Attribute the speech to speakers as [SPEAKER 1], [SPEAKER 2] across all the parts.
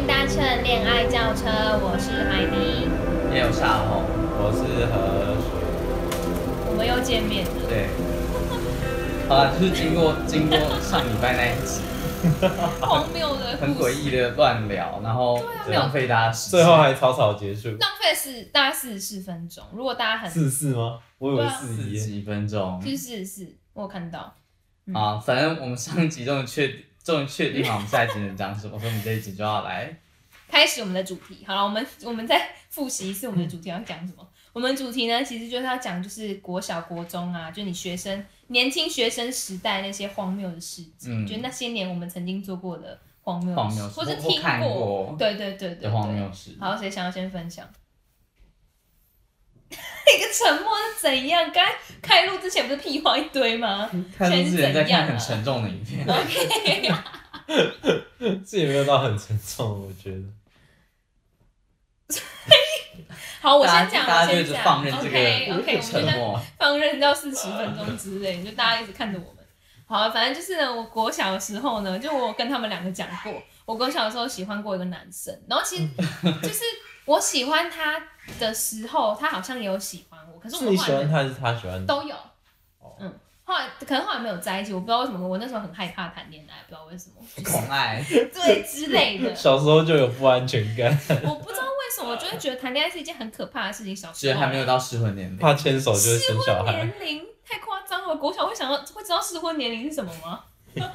[SPEAKER 1] 们恋爱轿车，我是海尼，
[SPEAKER 2] 你有下哦，我是何水，
[SPEAKER 1] 我们又见面了。
[SPEAKER 2] 对，好了，就是经过经过上礼拜那一集，
[SPEAKER 1] 荒谬的
[SPEAKER 2] 很
[SPEAKER 1] 故
[SPEAKER 2] 诡
[SPEAKER 1] 事，
[SPEAKER 2] 异的乱聊，然后
[SPEAKER 1] 对啊没有
[SPEAKER 2] 浪费大家时间
[SPEAKER 3] 最后还草草结束，
[SPEAKER 1] 浪费是大概四十四分钟。如果大家很
[SPEAKER 3] 四四吗？我以
[SPEAKER 1] 对
[SPEAKER 3] 为
[SPEAKER 1] 啊
[SPEAKER 3] 四
[SPEAKER 2] 四
[SPEAKER 3] 一。
[SPEAKER 2] 几分钟
[SPEAKER 1] 是是是，我有看到，嗯
[SPEAKER 2] 啊，反正我们上一集终于确定终于确定好我们下一集能讲什么，所以我们这一集就要来
[SPEAKER 1] 开始我们的主题。好了，我们我们再复习一次我们的主题要讲什么。我们主题呢，其实就是要讲就是国小、国中啊，就你学生年轻学生时代那些荒谬的事情，
[SPEAKER 2] 嗯
[SPEAKER 1] 就那些年我们曾经做过的荒谬的
[SPEAKER 2] 荒
[SPEAKER 1] 事
[SPEAKER 2] 谬事
[SPEAKER 1] 或是
[SPEAKER 2] 或
[SPEAKER 1] 听
[SPEAKER 2] 看过
[SPEAKER 1] 对对对对对
[SPEAKER 2] 的荒谬事。
[SPEAKER 1] 好，谁想要先分享？ 那个沉默是怎样？刚才开录之前不是屁话一堆吗？
[SPEAKER 2] 看
[SPEAKER 1] 现在
[SPEAKER 2] 之
[SPEAKER 1] 是
[SPEAKER 2] 前在
[SPEAKER 1] 怎样
[SPEAKER 2] 看
[SPEAKER 1] 啊
[SPEAKER 2] 很沉重的影片，
[SPEAKER 3] 这也没有到很沉重，我觉得。
[SPEAKER 1] 好，我
[SPEAKER 2] 大
[SPEAKER 1] 先
[SPEAKER 2] 家
[SPEAKER 1] 讲，
[SPEAKER 2] 大
[SPEAKER 1] 我
[SPEAKER 2] 家就一
[SPEAKER 1] 先
[SPEAKER 2] 直
[SPEAKER 1] 讲。
[SPEAKER 2] 放任这
[SPEAKER 1] OK OK，我
[SPEAKER 2] 个
[SPEAKER 1] 们就
[SPEAKER 2] 沉
[SPEAKER 1] 这样
[SPEAKER 2] 默，
[SPEAKER 1] 放任到四十分钟之类，你就大家一直看着我们。好，反正就是呢，我国小的时候呢，就我跟他们两个讲过，我国小的时候喜欢过一个男生，然后其 实就是我喜欢他的时候，他好像也有喜欢我，可是我
[SPEAKER 3] 是
[SPEAKER 1] 们
[SPEAKER 3] 你
[SPEAKER 1] 后
[SPEAKER 3] 喜
[SPEAKER 1] 来没有
[SPEAKER 3] 欢他，还是他喜欢你？
[SPEAKER 1] 都有
[SPEAKER 3] 哦。
[SPEAKER 1] 嗯，后来可能后来没有在一起，我不知道为什么，我那时候很害怕谈恋爱，不知道为 什么，
[SPEAKER 2] 狂爱。
[SPEAKER 1] 对之类 的，
[SPEAKER 3] 小时候就有不安全感，
[SPEAKER 1] 我不知道为什么，我就会觉得谈恋爱是一件很可怕的事情。小
[SPEAKER 2] 觉
[SPEAKER 1] 时
[SPEAKER 2] 得
[SPEAKER 1] 候
[SPEAKER 2] 还没有到适婚年龄，
[SPEAKER 3] 怕牵手就会
[SPEAKER 1] 适
[SPEAKER 3] 生小
[SPEAKER 1] 婚
[SPEAKER 3] 孩。
[SPEAKER 1] 年龄太夸张了，国小会想到会知道适婚年龄是什么吗？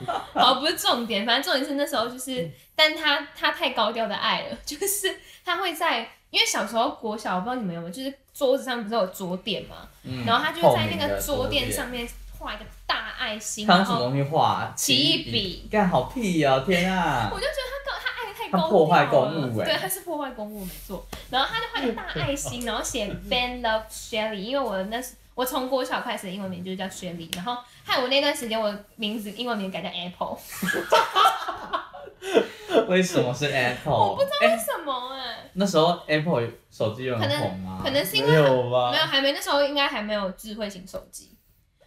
[SPEAKER 1] 好，不是重点，反正重点是那时候
[SPEAKER 2] 嗯
[SPEAKER 1] 就是，但他他太高调的爱了， 就是他会在，因为小时候国小，我不知道你们有没有，就是桌子上不是有桌垫嘛，
[SPEAKER 2] 嗯
[SPEAKER 1] 然后他就会在那
[SPEAKER 2] 透明
[SPEAKER 1] 个
[SPEAKER 2] 的
[SPEAKER 1] 桌
[SPEAKER 2] 桌
[SPEAKER 1] 垫
[SPEAKER 2] 垫
[SPEAKER 1] 上面画一个大爱心，
[SPEAKER 2] 他
[SPEAKER 1] 然
[SPEAKER 2] 用什么
[SPEAKER 1] 后
[SPEAKER 2] 东西画？
[SPEAKER 1] 奇异笔，
[SPEAKER 2] 干好屁哦！天啊
[SPEAKER 1] 我，就觉得他搞他爱的太
[SPEAKER 2] 他
[SPEAKER 1] 高
[SPEAKER 2] 破坏
[SPEAKER 1] 调
[SPEAKER 2] 公
[SPEAKER 1] 了
[SPEAKER 2] 务欸
[SPEAKER 1] 对，他是破坏公务没错。然后他就画一个大爱心，然后写
[SPEAKER 2] 嗯
[SPEAKER 1] Ben love Shelly，因为我那时我从国小开始的英文名就是叫 Shelly，然后害我那段时间我名字英文名改叫 Apple，
[SPEAKER 2] 为什么是 Apple？
[SPEAKER 1] 我不知道
[SPEAKER 2] 哎
[SPEAKER 1] 为什么哎、
[SPEAKER 2] 那时候 Apple 手机哎有啊
[SPEAKER 1] 可
[SPEAKER 2] 很
[SPEAKER 1] 能
[SPEAKER 2] 红吗？
[SPEAKER 1] 可能是因
[SPEAKER 3] 没
[SPEAKER 1] 为
[SPEAKER 3] 有吧
[SPEAKER 1] 没？有还没那时候应该还没有智慧型手机，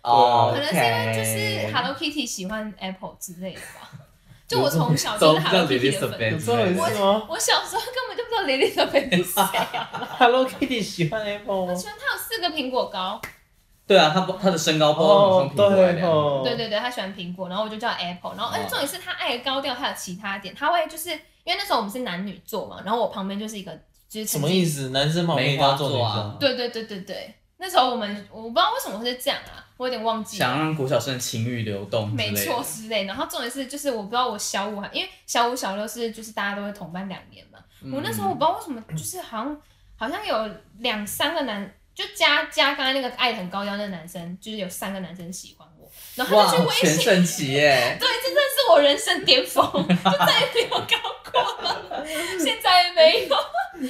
[SPEAKER 2] 哦，
[SPEAKER 1] 可能是因为就是
[SPEAKER 2] OK
[SPEAKER 1] Hello Kitty 喜欢 Apple 之类的吧。就
[SPEAKER 2] 有
[SPEAKER 1] 我
[SPEAKER 2] 这种
[SPEAKER 1] 从小就是
[SPEAKER 2] 走
[SPEAKER 1] Hello
[SPEAKER 2] 不叫
[SPEAKER 1] Kitty 的粉，
[SPEAKER 3] 有
[SPEAKER 2] Elizabeth
[SPEAKER 3] 这
[SPEAKER 2] 之
[SPEAKER 3] 回
[SPEAKER 2] 类
[SPEAKER 3] 事
[SPEAKER 2] 的
[SPEAKER 3] 吗
[SPEAKER 1] 我小时候根本就不知道 Lily 的粉是谁啊！
[SPEAKER 3] ？Hello Kitty 喜欢 Apple
[SPEAKER 1] 我
[SPEAKER 3] 吗？
[SPEAKER 1] 喜欢他有四个苹果糕，
[SPEAKER 2] 对啊，他不他的身高不知道怎么用苹果来
[SPEAKER 3] 对
[SPEAKER 2] 量
[SPEAKER 3] 哦，
[SPEAKER 1] 对对对，他喜欢苹果，然后我就叫 Apple，然后而且
[SPEAKER 2] 哦
[SPEAKER 1] 重点是他爱的高调，还有其他点，他会就是因为那时候我们是男女座嘛，然后我旁边就是一个就是
[SPEAKER 3] 什么意
[SPEAKER 1] 思？
[SPEAKER 3] 思？男生旁边一定要做女
[SPEAKER 2] 梅花座啊
[SPEAKER 3] 生？
[SPEAKER 1] 对对对对对，那时候我们我不知道为什么会是这样啊，我有点忘记了。
[SPEAKER 2] 想让国小生情欲流动之类
[SPEAKER 1] 没
[SPEAKER 2] 的，
[SPEAKER 1] 错之类，然后重点是就是我不知道我小五还，因为小五小六是就是大家都会同班两年嘛，
[SPEAKER 2] 嗯
[SPEAKER 1] 我那时候我不知道为什么就是好像好像有两三个男，就加加刚才那个爱得很高调那个男生，就是有三个男生喜欢我，然后他
[SPEAKER 2] 哇
[SPEAKER 1] 就去，威
[SPEAKER 2] 全
[SPEAKER 1] 胁
[SPEAKER 2] 盛期 耶！
[SPEAKER 1] 对，这真的是我人生巅峰，就再也没有高过了，现在也没有，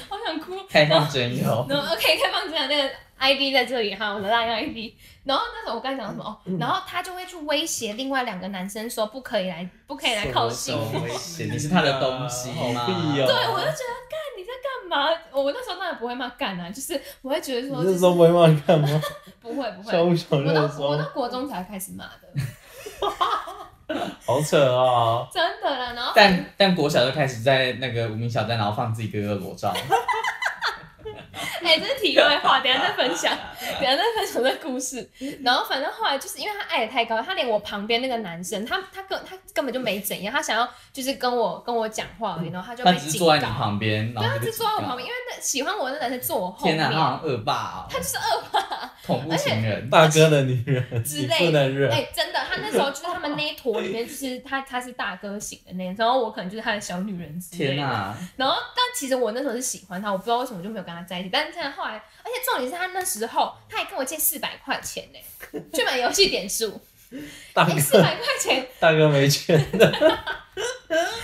[SPEAKER 1] 好想哭。
[SPEAKER 2] 开放真有，
[SPEAKER 1] 然后 OK，开放之前那个 ID 在这里哈，我的 LINE ID。然后那时候我刚才讲什么
[SPEAKER 3] 嗯
[SPEAKER 1] 哦，然后他就会去威胁另外两个男生说不可以来，不可以来靠近
[SPEAKER 2] 什
[SPEAKER 1] 我。
[SPEAKER 2] 么危险？你是他的东西吗？
[SPEAKER 3] 好屁哦
[SPEAKER 1] 对，我就觉得干你在干嘛？我那时候当然不会骂干啊，就是我会觉得
[SPEAKER 3] 你
[SPEAKER 1] 说、
[SPEAKER 3] 那
[SPEAKER 1] 就
[SPEAKER 3] 时候
[SPEAKER 1] 是、
[SPEAKER 3] 不会骂干嘛？
[SPEAKER 1] 不会不
[SPEAKER 3] 小
[SPEAKER 1] 会，
[SPEAKER 3] 五小
[SPEAKER 1] 我
[SPEAKER 3] 六
[SPEAKER 1] 到
[SPEAKER 3] 的时
[SPEAKER 1] 我
[SPEAKER 3] 候，
[SPEAKER 1] 到国中才开始骂的，
[SPEAKER 3] 好扯啊！
[SPEAKER 1] 真的啦。然后
[SPEAKER 2] 但但国小就开始在那个无名小站，然后放自己哥哥的裸照，
[SPEAKER 1] 哎、这是题外话，等一下再分 享，等一下再分享这故事。然后反正后来就是因为他爱的太高，他连我旁边那个男生，他他根他根本就没怎样，他想要就是跟我跟我讲话而已，然后他 就
[SPEAKER 2] 他
[SPEAKER 1] 被
[SPEAKER 2] 只是
[SPEAKER 1] 警
[SPEAKER 2] 坐
[SPEAKER 1] 告。
[SPEAKER 2] 在你旁边，然
[SPEAKER 1] 对，啊
[SPEAKER 2] 后
[SPEAKER 1] 他
[SPEAKER 2] 就被
[SPEAKER 1] 就坐在我
[SPEAKER 2] 警告
[SPEAKER 1] 旁边，因为那喜欢我的那男生坐我后
[SPEAKER 2] 天
[SPEAKER 1] 面，
[SPEAKER 2] 哪，他好像恶霸哦，
[SPEAKER 1] 他就是恶
[SPEAKER 2] 恐怖情人。
[SPEAKER 3] 大哥的女人，
[SPEAKER 1] 之
[SPEAKER 3] 你
[SPEAKER 1] 类
[SPEAKER 3] 不能
[SPEAKER 1] 哎、
[SPEAKER 3] 忍。
[SPEAKER 1] 真的，他那时候就是他们那一坨里面，就是他他是大哥型的那种，然后我可能就是他的小女人之类的。
[SPEAKER 2] 天哪，
[SPEAKER 1] 然后，但其实我那时候是喜欢他，我不知道为什么就没有跟他在一起。但是真的后来，而且重点是他那时候他还跟我借四百块钱呢、去买游戏点数。
[SPEAKER 3] 大
[SPEAKER 1] 哎、
[SPEAKER 3] 哥，
[SPEAKER 1] 四百块 钱，
[SPEAKER 3] 大哥没钱，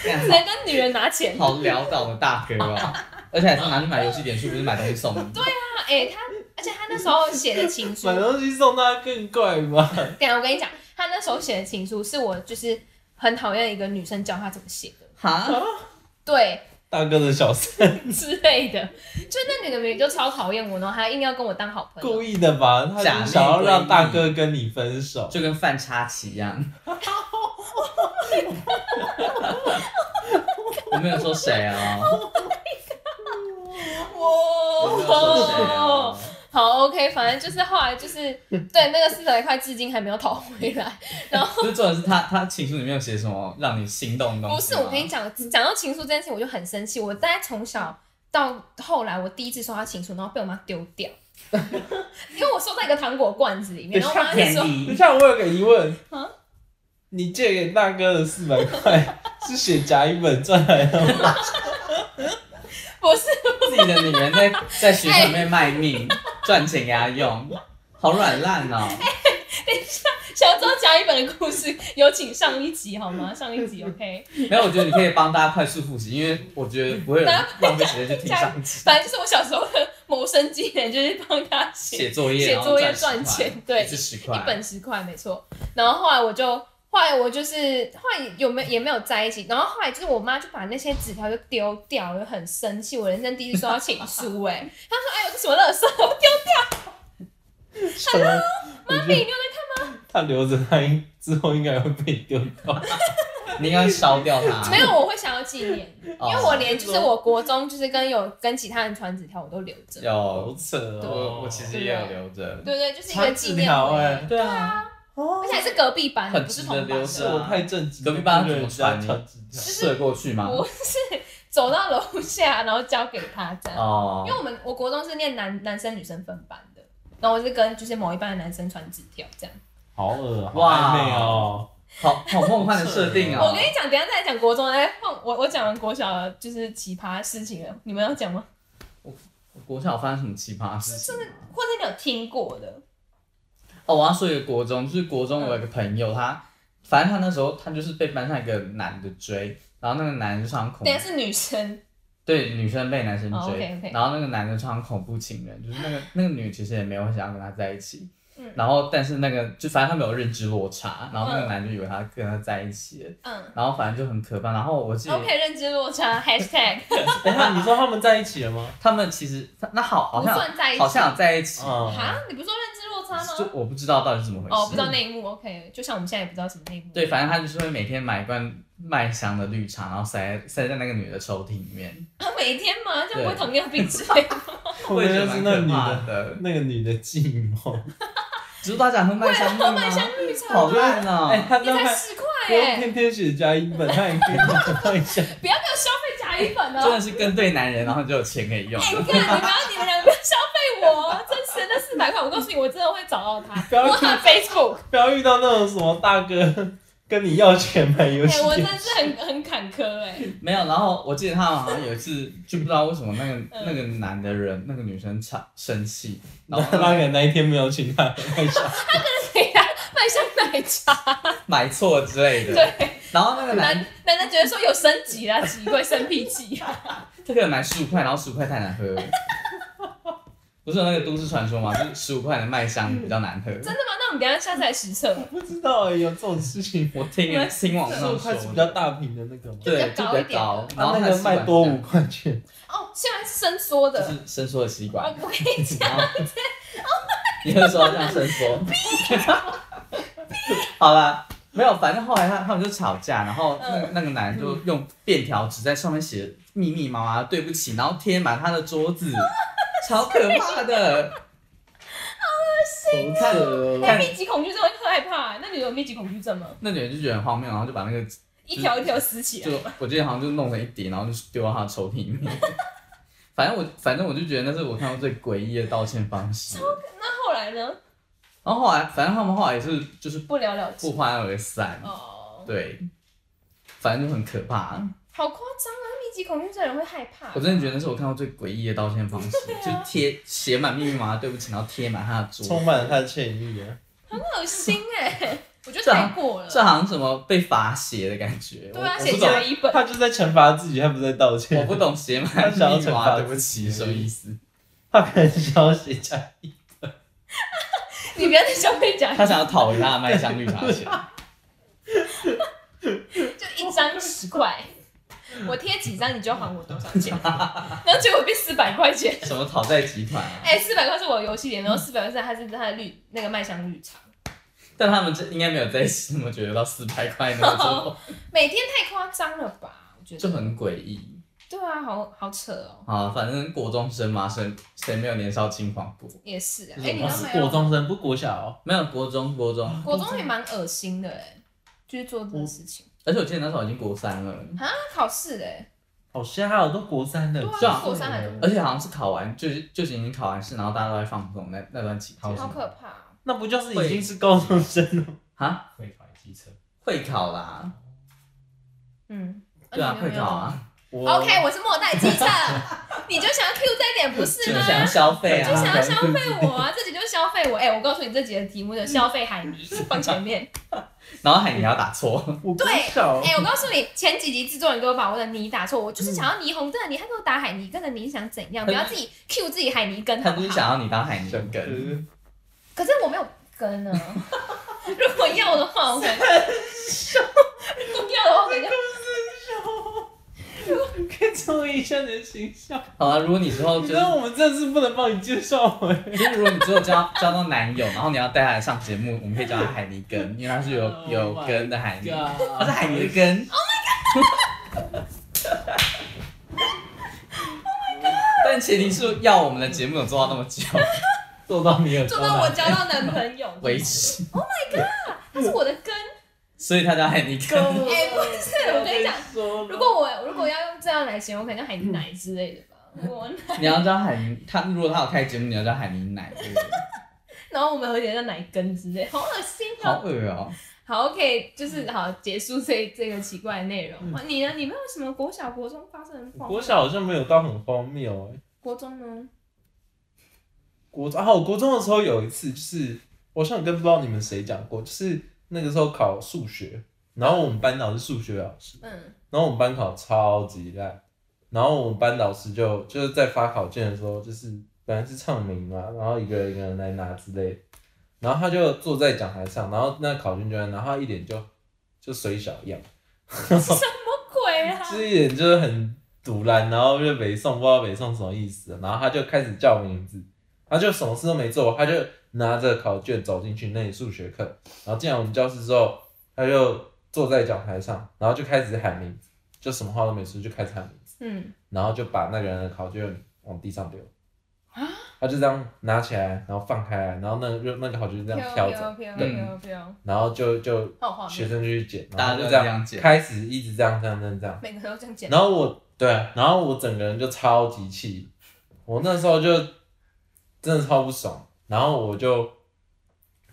[SPEAKER 2] 干
[SPEAKER 1] 谁跟女人拿钱？
[SPEAKER 2] 好潦倒的大哥 哦，而且还是拿去买游戏点数，不是买东西送你。对，
[SPEAKER 1] 那哎、他而且他那时候写的情 书，
[SPEAKER 3] 买
[SPEAKER 1] 等
[SPEAKER 3] 东西送他更怪吧？
[SPEAKER 1] 一下我跟你讲，他那时候写的情书是我就是很讨厌一个女生教他怎么写的，
[SPEAKER 2] 哈，
[SPEAKER 1] 对
[SPEAKER 3] 大哥的小三
[SPEAKER 1] 之类的。就那女的明明就超讨厌我，然后还硬要跟我当好朋友
[SPEAKER 3] 故。意的吧？他就是想要让大哥跟你分手，
[SPEAKER 2] 就跟饭叉旗一 样。我没有说谁哦，是谁啊？
[SPEAKER 1] 好，OK，反正就是后来就是
[SPEAKER 2] 嗯
[SPEAKER 1] 对那个四百块，至今还没有讨回来。
[SPEAKER 2] 就重点是他他情书里面有写什么让你心动的东
[SPEAKER 1] 不
[SPEAKER 2] 西
[SPEAKER 1] 是，
[SPEAKER 2] 吗
[SPEAKER 1] 我跟你讲，讲到情书这件事情，我就很生气。我大概从小到后来，我第一次收到情书，然后被我妈丢掉， 因为我收在一个糖果罐子里面，然后我妈就说
[SPEAKER 2] 便
[SPEAKER 3] 等一
[SPEAKER 2] 宜，
[SPEAKER 3] 下，我有个疑问
[SPEAKER 1] 啊，
[SPEAKER 3] 你借给大哥的四百块 是写甲乙本赚来的吗？
[SPEAKER 1] 不是，
[SPEAKER 2] 自己的女人在在学校里面 卖命赚钱给他用，好软烂哦。
[SPEAKER 1] 想知道甲乙本的故事，有请上一集好吗？上一集 OK。
[SPEAKER 2] 没有，我觉得你可以帮大家快速复习，因为我觉得不会有人浪费时间去听上集。
[SPEAKER 1] 反正就是我小时候的谋生技能，就是帮他写
[SPEAKER 2] 写作业，
[SPEAKER 1] 写
[SPEAKER 2] 然后
[SPEAKER 1] 作业
[SPEAKER 2] 赚
[SPEAKER 1] 赚
[SPEAKER 2] 10块
[SPEAKER 1] 钱对
[SPEAKER 2] 一次十块，
[SPEAKER 1] 一本十块，没错。然后后来我就，后来我就是，后来有没有也没有在一起。然后后来就是我妈就把那些纸条就丢掉，我就很生气。我人生第一次收到情书、哎，她说：“哎呦，这什么垃圾，我丢
[SPEAKER 3] 什么？
[SPEAKER 1] 妈咪，你有在
[SPEAKER 3] 他留着，他应之后应该会被丢掉。
[SPEAKER 2] 你应该烧掉 它。
[SPEAKER 1] 没有？我会想要纪念，因
[SPEAKER 2] 哦，
[SPEAKER 1] 为我连就是我国中就是跟有跟其他人传纸条我都留 着。
[SPEAKER 3] 好
[SPEAKER 2] 有，
[SPEAKER 3] 扯哦！
[SPEAKER 2] 我我其实也有留着。
[SPEAKER 1] 对对，就是一个
[SPEAKER 3] 传
[SPEAKER 1] 纪
[SPEAKER 3] 纸
[SPEAKER 1] 念
[SPEAKER 3] 条
[SPEAKER 1] 回忆。
[SPEAKER 3] 哎，
[SPEAKER 2] 对啊，
[SPEAKER 3] 哦
[SPEAKER 1] 而且还是隔壁班的，
[SPEAKER 2] 很
[SPEAKER 1] 不是
[SPEAKER 2] 值得
[SPEAKER 1] 同班
[SPEAKER 2] 留
[SPEAKER 1] 的
[SPEAKER 2] 着
[SPEAKER 3] 是我太震惊了，
[SPEAKER 2] 隔壁班
[SPEAKER 3] 不
[SPEAKER 2] 怎
[SPEAKER 3] 然
[SPEAKER 2] 么
[SPEAKER 3] 人家
[SPEAKER 2] 传你
[SPEAKER 3] 传纸条
[SPEAKER 2] 射过去吗？
[SPEAKER 1] 不是走到楼下，然后交给他这样。
[SPEAKER 2] 哦
[SPEAKER 1] 因，为我们我国中是念男男生女生分班的，然后我是跟就是某一班的男生传纸条这样。
[SPEAKER 3] 好恶好
[SPEAKER 2] 哇
[SPEAKER 3] 暧昧哦！
[SPEAKER 2] 好好梦幻的设定
[SPEAKER 1] 我
[SPEAKER 2] 啊
[SPEAKER 1] 跟！你讲，等一下再来讲国中，哎，换我我讲完国小的就是奇葩事情了，你们要讲吗？
[SPEAKER 2] 国小发生什么奇葩事情吗？
[SPEAKER 1] 或者你有听过的？
[SPEAKER 2] 哦，我要说一个国中，就是国中
[SPEAKER 1] 嗯
[SPEAKER 2] 我有一个朋友，他反正他那时候他就是被班上一个男的追，然后那个男的就穿恐
[SPEAKER 1] 等一下是女生，
[SPEAKER 2] 对女生被男生追，
[SPEAKER 1] 哦，OK，OK
[SPEAKER 2] 然后那个男的穿恐怖情人，就是 那个那个女其实也没有很想要跟他在一起，
[SPEAKER 1] 嗯
[SPEAKER 2] 然后但是那个就反正他们有认知落差，然后那个
[SPEAKER 1] 嗯
[SPEAKER 2] 男就以为他跟他在一起了，
[SPEAKER 1] 嗯
[SPEAKER 2] 然后反正就很可怕。然后我记得
[SPEAKER 1] ，OK，认知落 差，#hashtag
[SPEAKER 3] 等一下，你说他们在一起了吗？
[SPEAKER 2] 他们其实他那好好
[SPEAKER 1] 不
[SPEAKER 2] 像
[SPEAKER 1] 算在一起
[SPEAKER 2] 好。像有在一起，
[SPEAKER 3] 啊，
[SPEAKER 1] 哈，你不是说认知落差
[SPEAKER 2] 就
[SPEAKER 1] 吗？
[SPEAKER 2] 我不知道到哦底是怎么回事。
[SPEAKER 1] 哦，不知道内幕，OK，就像我们现在也不知道什么内幕。
[SPEAKER 2] 对，反正他就是会每天买一罐麦香的绿茶，然后塞在塞在那个女的抽屉里面，
[SPEAKER 1] 啊，每天吗？这样不会
[SPEAKER 2] 对
[SPEAKER 1] 糖尿病 之类的？
[SPEAKER 3] 我
[SPEAKER 2] 也
[SPEAKER 3] 觉
[SPEAKER 2] 觉
[SPEAKER 3] 得
[SPEAKER 2] 得
[SPEAKER 3] 是
[SPEAKER 2] 蛮
[SPEAKER 3] 那
[SPEAKER 2] 可
[SPEAKER 3] 女
[SPEAKER 2] 怕
[SPEAKER 3] 的，
[SPEAKER 2] 的。
[SPEAKER 3] 那个女的寂寞。
[SPEAKER 2] 只是他想喝麦香绿吗？
[SPEAKER 1] 麦香绿茶
[SPEAKER 2] 好烂哦、
[SPEAKER 3] 哎，他
[SPEAKER 1] 也
[SPEAKER 3] 那
[SPEAKER 1] 才
[SPEAKER 3] 还
[SPEAKER 1] 十
[SPEAKER 3] 不
[SPEAKER 1] 块
[SPEAKER 3] 用
[SPEAKER 1] 哎，
[SPEAKER 3] 天天写加一本，他也可以看一下。
[SPEAKER 1] 不要给我消费甲乙本
[SPEAKER 2] 真
[SPEAKER 1] 哦
[SPEAKER 2] 的。是跟对男人，然后就有钱可以用。
[SPEAKER 1] 哎你看，你不要你们两个消费我，真是那四百块，我告诉你，我真的会找到 他。哎
[SPEAKER 3] 不要
[SPEAKER 1] 我很 Facebook，
[SPEAKER 3] 不要遇到那种什么大哥跟你要钱买游
[SPEAKER 1] 哎、
[SPEAKER 3] 戏
[SPEAKER 1] 我真
[SPEAKER 3] 机，
[SPEAKER 1] 的是很很坎坷哎、
[SPEAKER 2] 没有，然后我记得他们好像有一次，就不知道为什么那个、
[SPEAKER 1] 嗯
[SPEAKER 2] 那个男的人，那个女生吵生气，然
[SPEAKER 3] 然
[SPEAKER 2] 后
[SPEAKER 3] 后他可能那一天没有请他看一下。
[SPEAKER 1] 给
[SPEAKER 2] 啊
[SPEAKER 1] 他卖香奶茶，
[SPEAKER 2] 买错之类的。
[SPEAKER 1] 对，
[SPEAKER 2] 然后那个男
[SPEAKER 1] 男男的觉得说有升级啦，奇怪生脾气，
[SPEAKER 2] 他可能买十五块，然后十五块太难 喝了。不是有那个都市传说吗？就是十五块的麦香比较难喝。
[SPEAKER 1] 嗯真的吗？那我们等一下下次来实测，
[SPEAKER 3] 不知道哎，有这种事情。
[SPEAKER 2] 我听人听网
[SPEAKER 3] 那
[SPEAKER 2] 上
[SPEAKER 3] 种
[SPEAKER 2] 说
[SPEAKER 3] 块
[SPEAKER 2] 的
[SPEAKER 3] 是比较，大瓶的那个吗？
[SPEAKER 1] 就
[SPEAKER 2] 对，就
[SPEAKER 1] 比较高一
[SPEAKER 2] 比
[SPEAKER 1] 点
[SPEAKER 2] 较高
[SPEAKER 1] 的。
[SPEAKER 2] 然后
[SPEAKER 3] 啊那
[SPEAKER 2] 它
[SPEAKER 3] 个
[SPEAKER 2] 吸管
[SPEAKER 3] 卖多
[SPEAKER 2] 这
[SPEAKER 3] 五
[SPEAKER 2] 样
[SPEAKER 3] 块钱，
[SPEAKER 1] 哦，现在是伸缩
[SPEAKER 2] 就
[SPEAKER 1] 的，
[SPEAKER 2] 是伸缩的吸管
[SPEAKER 1] 哦，。我跟你讲，
[SPEAKER 2] 然 后你就说这样伸缩。 好啦，没有，反正后来他他们就吵架，然
[SPEAKER 1] 嗯
[SPEAKER 2] 后那个那个男的就用便条纸在上面写密密麻麻的对不起，然后贴满他的 桌子，超可怕的。
[SPEAKER 3] 好扯
[SPEAKER 1] 那
[SPEAKER 3] 哦！
[SPEAKER 1] 密集恐惧症会害怕、那你有密集恐惧症吗？
[SPEAKER 2] 那女人就觉得很荒谬，然后就把那个
[SPEAKER 1] 一条一条撕起来，
[SPEAKER 2] 就我记得好像就弄成一叠，然后就丢到他的抽屉里面。 反正我反正我就觉得那是我看到最诡异的道歉方式。
[SPEAKER 1] 那后来呢？
[SPEAKER 2] 然后后来，反正他们后来也是就是
[SPEAKER 1] 不了了之
[SPEAKER 2] 不欢而散。
[SPEAKER 1] 哦，
[SPEAKER 2] 对，反正就很可怕。
[SPEAKER 1] 好夸张啊！密集恐惧症的人会害怕，
[SPEAKER 2] 我真的觉得那是我看到最诡异的道歉方式，
[SPEAKER 1] 啊
[SPEAKER 2] 就是贴写满密密麻麻对不起，然后贴满他的桌
[SPEAKER 3] 充。满了他的歉意啊！
[SPEAKER 1] 很恶心哎、我觉得太过了。
[SPEAKER 2] 这好像什么被罚写的感觉。
[SPEAKER 1] 对
[SPEAKER 2] 我
[SPEAKER 1] 啊，
[SPEAKER 2] 我
[SPEAKER 1] 写
[SPEAKER 2] 不懂
[SPEAKER 1] 甲，乙本，
[SPEAKER 3] 他就在惩罚自己，他不是在道歉。
[SPEAKER 2] 我不懂写满
[SPEAKER 3] 他
[SPEAKER 2] 密
[SPEAKER 3] 想要
[SPEAKER 2] 密
[SPEAKER 3] 惩
[SPEAKER 2] 麻
[SPEAKER 3] 罚
[SPEAKER 2] 麻对不
[SPEAKER 3] 自
[SPEAKER 2] 起
[SPEAKER 3] 己
[SPEAKER 2] 什么意思？
[SPEAKER 3] 他可能想要写加一，
[SPEAKER 1] 你不要再消费甲乙
[SPEAKER 2] 他想要讨回他的麦香绿茶 钱。
[SPEAKER 1] 就一张十 块，我贴几张你就还我多少钱，然后结果变四百块钱。
[SPEAKER 2] 什么讨债集团啊？
[SPEAKER 1] 哎、四百块是我的游戏点，然后四百块是它是它的绿那个麦香绿茶，
[SPEAKER 2] 但他们这应该没有在一起，怎么 觉得到四百块呢？
[SPEAKER 1] 每天太夸张了吧？我觉
[SPEAKER 2] 就
[SPEAKER 1] 得
[SPEAKER 2] 很诡异。
[SPEAKER 1] 对啊，好好扯哦，
[SPEAKER 2] 啊，反正国中生嘛，谁谁没有年少轻狂过？
[SPEAKER 1] 也是啊。
[SPEAKER 2] 就
[SPEAKER 1] 哎、
[SPEAKER 2] 是
[SPEAKER 1] 你
[SPEAKER 2] 我
[SPEAKER 1] 都
[SPEAKER 2] 是
[SPEAKER 1] 没
[SPEAKER 3] 国
[SPEAKER 1] 有，
[SPEAKER 3] 中生不国小哦，
[SPEAKER 2] 没有国中，国中，
[SPEAKER 1] 国中也蛮恶心的哎，就是做这种事情。
[SPEAKER 2] 而且我记得那时候已经国三了，
[SPEAKER 1] 啊，考试哎，
[SPEAKER 3] 好瞎哦，都国三呃了，
[SPEAKER 1] 对
[SPEAKER 2] 是
[SPEAKER 1] 啊，
[SPEAKER 2] 啊
[SPEAKER 1] 国三还是
[SPEAKER 2] 而且好像是考完，就是就是已经考完试，然后大家都在放松那那段期
[SPEAKER 4] 考
[SPEAKER 2] 间
[SPEAKER 4] 试
[SPEAKER 1] 好可怕哦、
[SPEAKER 3] 那不就是已经是高中生了？
[SPEAKER 2] 啊，
[SPEAKER 4] 会考机车，
[SPEAKER 2] 会考啦，
[SPEAKER 1] 嗯，
[SPEAKER 2] 对啊，
[SPEAKER 1] 那你
[SPEAKER 2] 会
[SPEAKER 1] 有没有
[SPEAKER 2] 考。啊，
[SPEAKER 3] 我
[SPEAKER 1] OK，我是末代机车， 你就想要 Q 这一点不是
[SPEAKER 2] 就
[SPEAKER 1] 吗？
[SPEAKER 2] 想要消费
[SPEAKER 1] 就想
[SPEAKER 2] 啊，
[SPEAKER 1] 要消费我啊， 自己就消费我。哎、我告诉你，这几个题目的消费海绵放前 面。
[SPEAKER 2] 然后喊你要打错，
[SPEAKER 3] 我国
[SPEAKER 1] 对
[SPEAKER 2] 哦
[SPEAKER 3] 小
[SPEAKER 1] 哎、我告诉你，前几集制作人给我把我的泥打错，我就是想要霓虹灯，你还给我打海泥根的，你想怎样？不要自己 Q 自己海泥根好
[SPEAKER 2] 他
[SPEAKER 1] 不
[SPEAKER 2] 就是
[SPEAKER 1] 好？
[SPEAKER 2] 想要你当海泥根，
[SPEAKER 3] 对
[SPEAKER 1] 可是我没有根呢。 如果要的话，我 可能。如果要的话，我可能。
[SPEAKER 3] 可以注意一下你的形象。
[SPEAKER 2] 好啊，如果你之后
[SPEAKER 3] 你
[SPEAKER 2] 就是
[SPEAKER 3] 知道我们真的是不能帮你介绍哎、
[SPEAKER 2] 就是如果你之后交交到男友，然后你要带他来上节目，我们可以叫他海泥根，因为他是有
[SPEAKER 3] Oh my
[SPEAKER 2] 有根的海泥，
[SPEAKER 4] 啊
[SPEAKER 2] 他是
[SPEAKER 3] 欸。
[SPEAKER 2] 海泥的根。Oh my god！但前提是要我们的节目有做到那么久，
[SPEAKER 3] 做到你有
[SPEAKER 1] 做到我交到男朋友，
[SPEAKER 2] 维持，
[SPEAKER 1] 他是我的根。
[SPEAKER 2] 所以他叫海 泥根。
[SPEAKER 1] 哎
[SPEAKER 2] 哦
[SPEAKER 1] 不是我跟你讲
[SPEAKER 3] 讲
[SPEAKER 1] 如果我如果要用这样来形容，我可能叫海奶之类的 吧。我
[SPEAKER 2] 你要叫海泥，他如果他有开节目，你要叫海泥奶，对不对
[SPEAKER 1] 然后我们有点像奶根之类，好恶心
[SPEAKER 2] 好
[SPEAKER 1] 哦。
[SPEAKER 2] 恶哦、
[SPEAKER 1] 好，OK，就是
[SPEAKER 3] 嗯
[SPEAKER 1] 好结束这这个奇怪的内容。你呢？你们有什么国小、国中发生的荒
[SPEAKER 3] 国小好像没有到很荒谬哎、
[SPEAKER 1] 国中呢？嗯
[SPEAKER 3] 国中啊，我国中的时候有一次，就是我好像有跟不知道你们谁讲过，就是那个时候考数学，然后我们班导是数学老师，
[SPEAKER 1] 嗯，
[SPEAKER 3] 然后我们班考超级烂，然后我们班导师就就是在发考卷的时候，就是本来是唱名嘛，然后一个人一个人来拿之类的，然后他就坐在讲台上，然后那考卷就在拿，然后他一脸就就水小样，
[SPEAKER 1] 魔鬼啊！
[SPEAKER 3] 就是一脸就是很堵然，然后就北宋不知道北宋什么意思，然后他就开始叫名字，他就什么事都没做，他就拿着考卷走进去那里数学课，然后进来我们教室之后，他就坐在讲台上，然后就开始喊名字，就什么话都没说就开始喊名字，
[SPEAKER 1] 嗯，
[SPEAKER 3] 然后就把那个人的考卷往地上丢。
[SPEAKER 1] 啊
[SPEAKER 3] 他就这样拿起来，然后放开来，然后那个就那个考卷就这
[SPEAKER 1] 飘
[SPEAKER 3] 样
[SPEAKER 1] 飘飘
[SPEAKER 3] 飘嗯走，
[SPEAKER 1] 飘
[SPEAKER 2] 对
[SPEAKER 1] 飘飘，
[SPEAKER 3] 然后就就
[SPEAKER 1] 好有画
[SPEAKER 3] 学
[SPEAKER 1] 面，
[SPEAKER 3] 生就去捡，
[SPEAKER 2] 大家
[SPEAKER 3] 然后
[SPEAKER 2] 就
[SPEAKER 3] 这
[SPEAKER 2] 这样捡
[SPEAKER 3] 开始一直这样这样这样这样，
[SPEAKER 1] 每个都这样剪。
[SPEAKER 3] 然后我对，啊然后我整个人就超级气，我那时候就真的超不爽，然后我就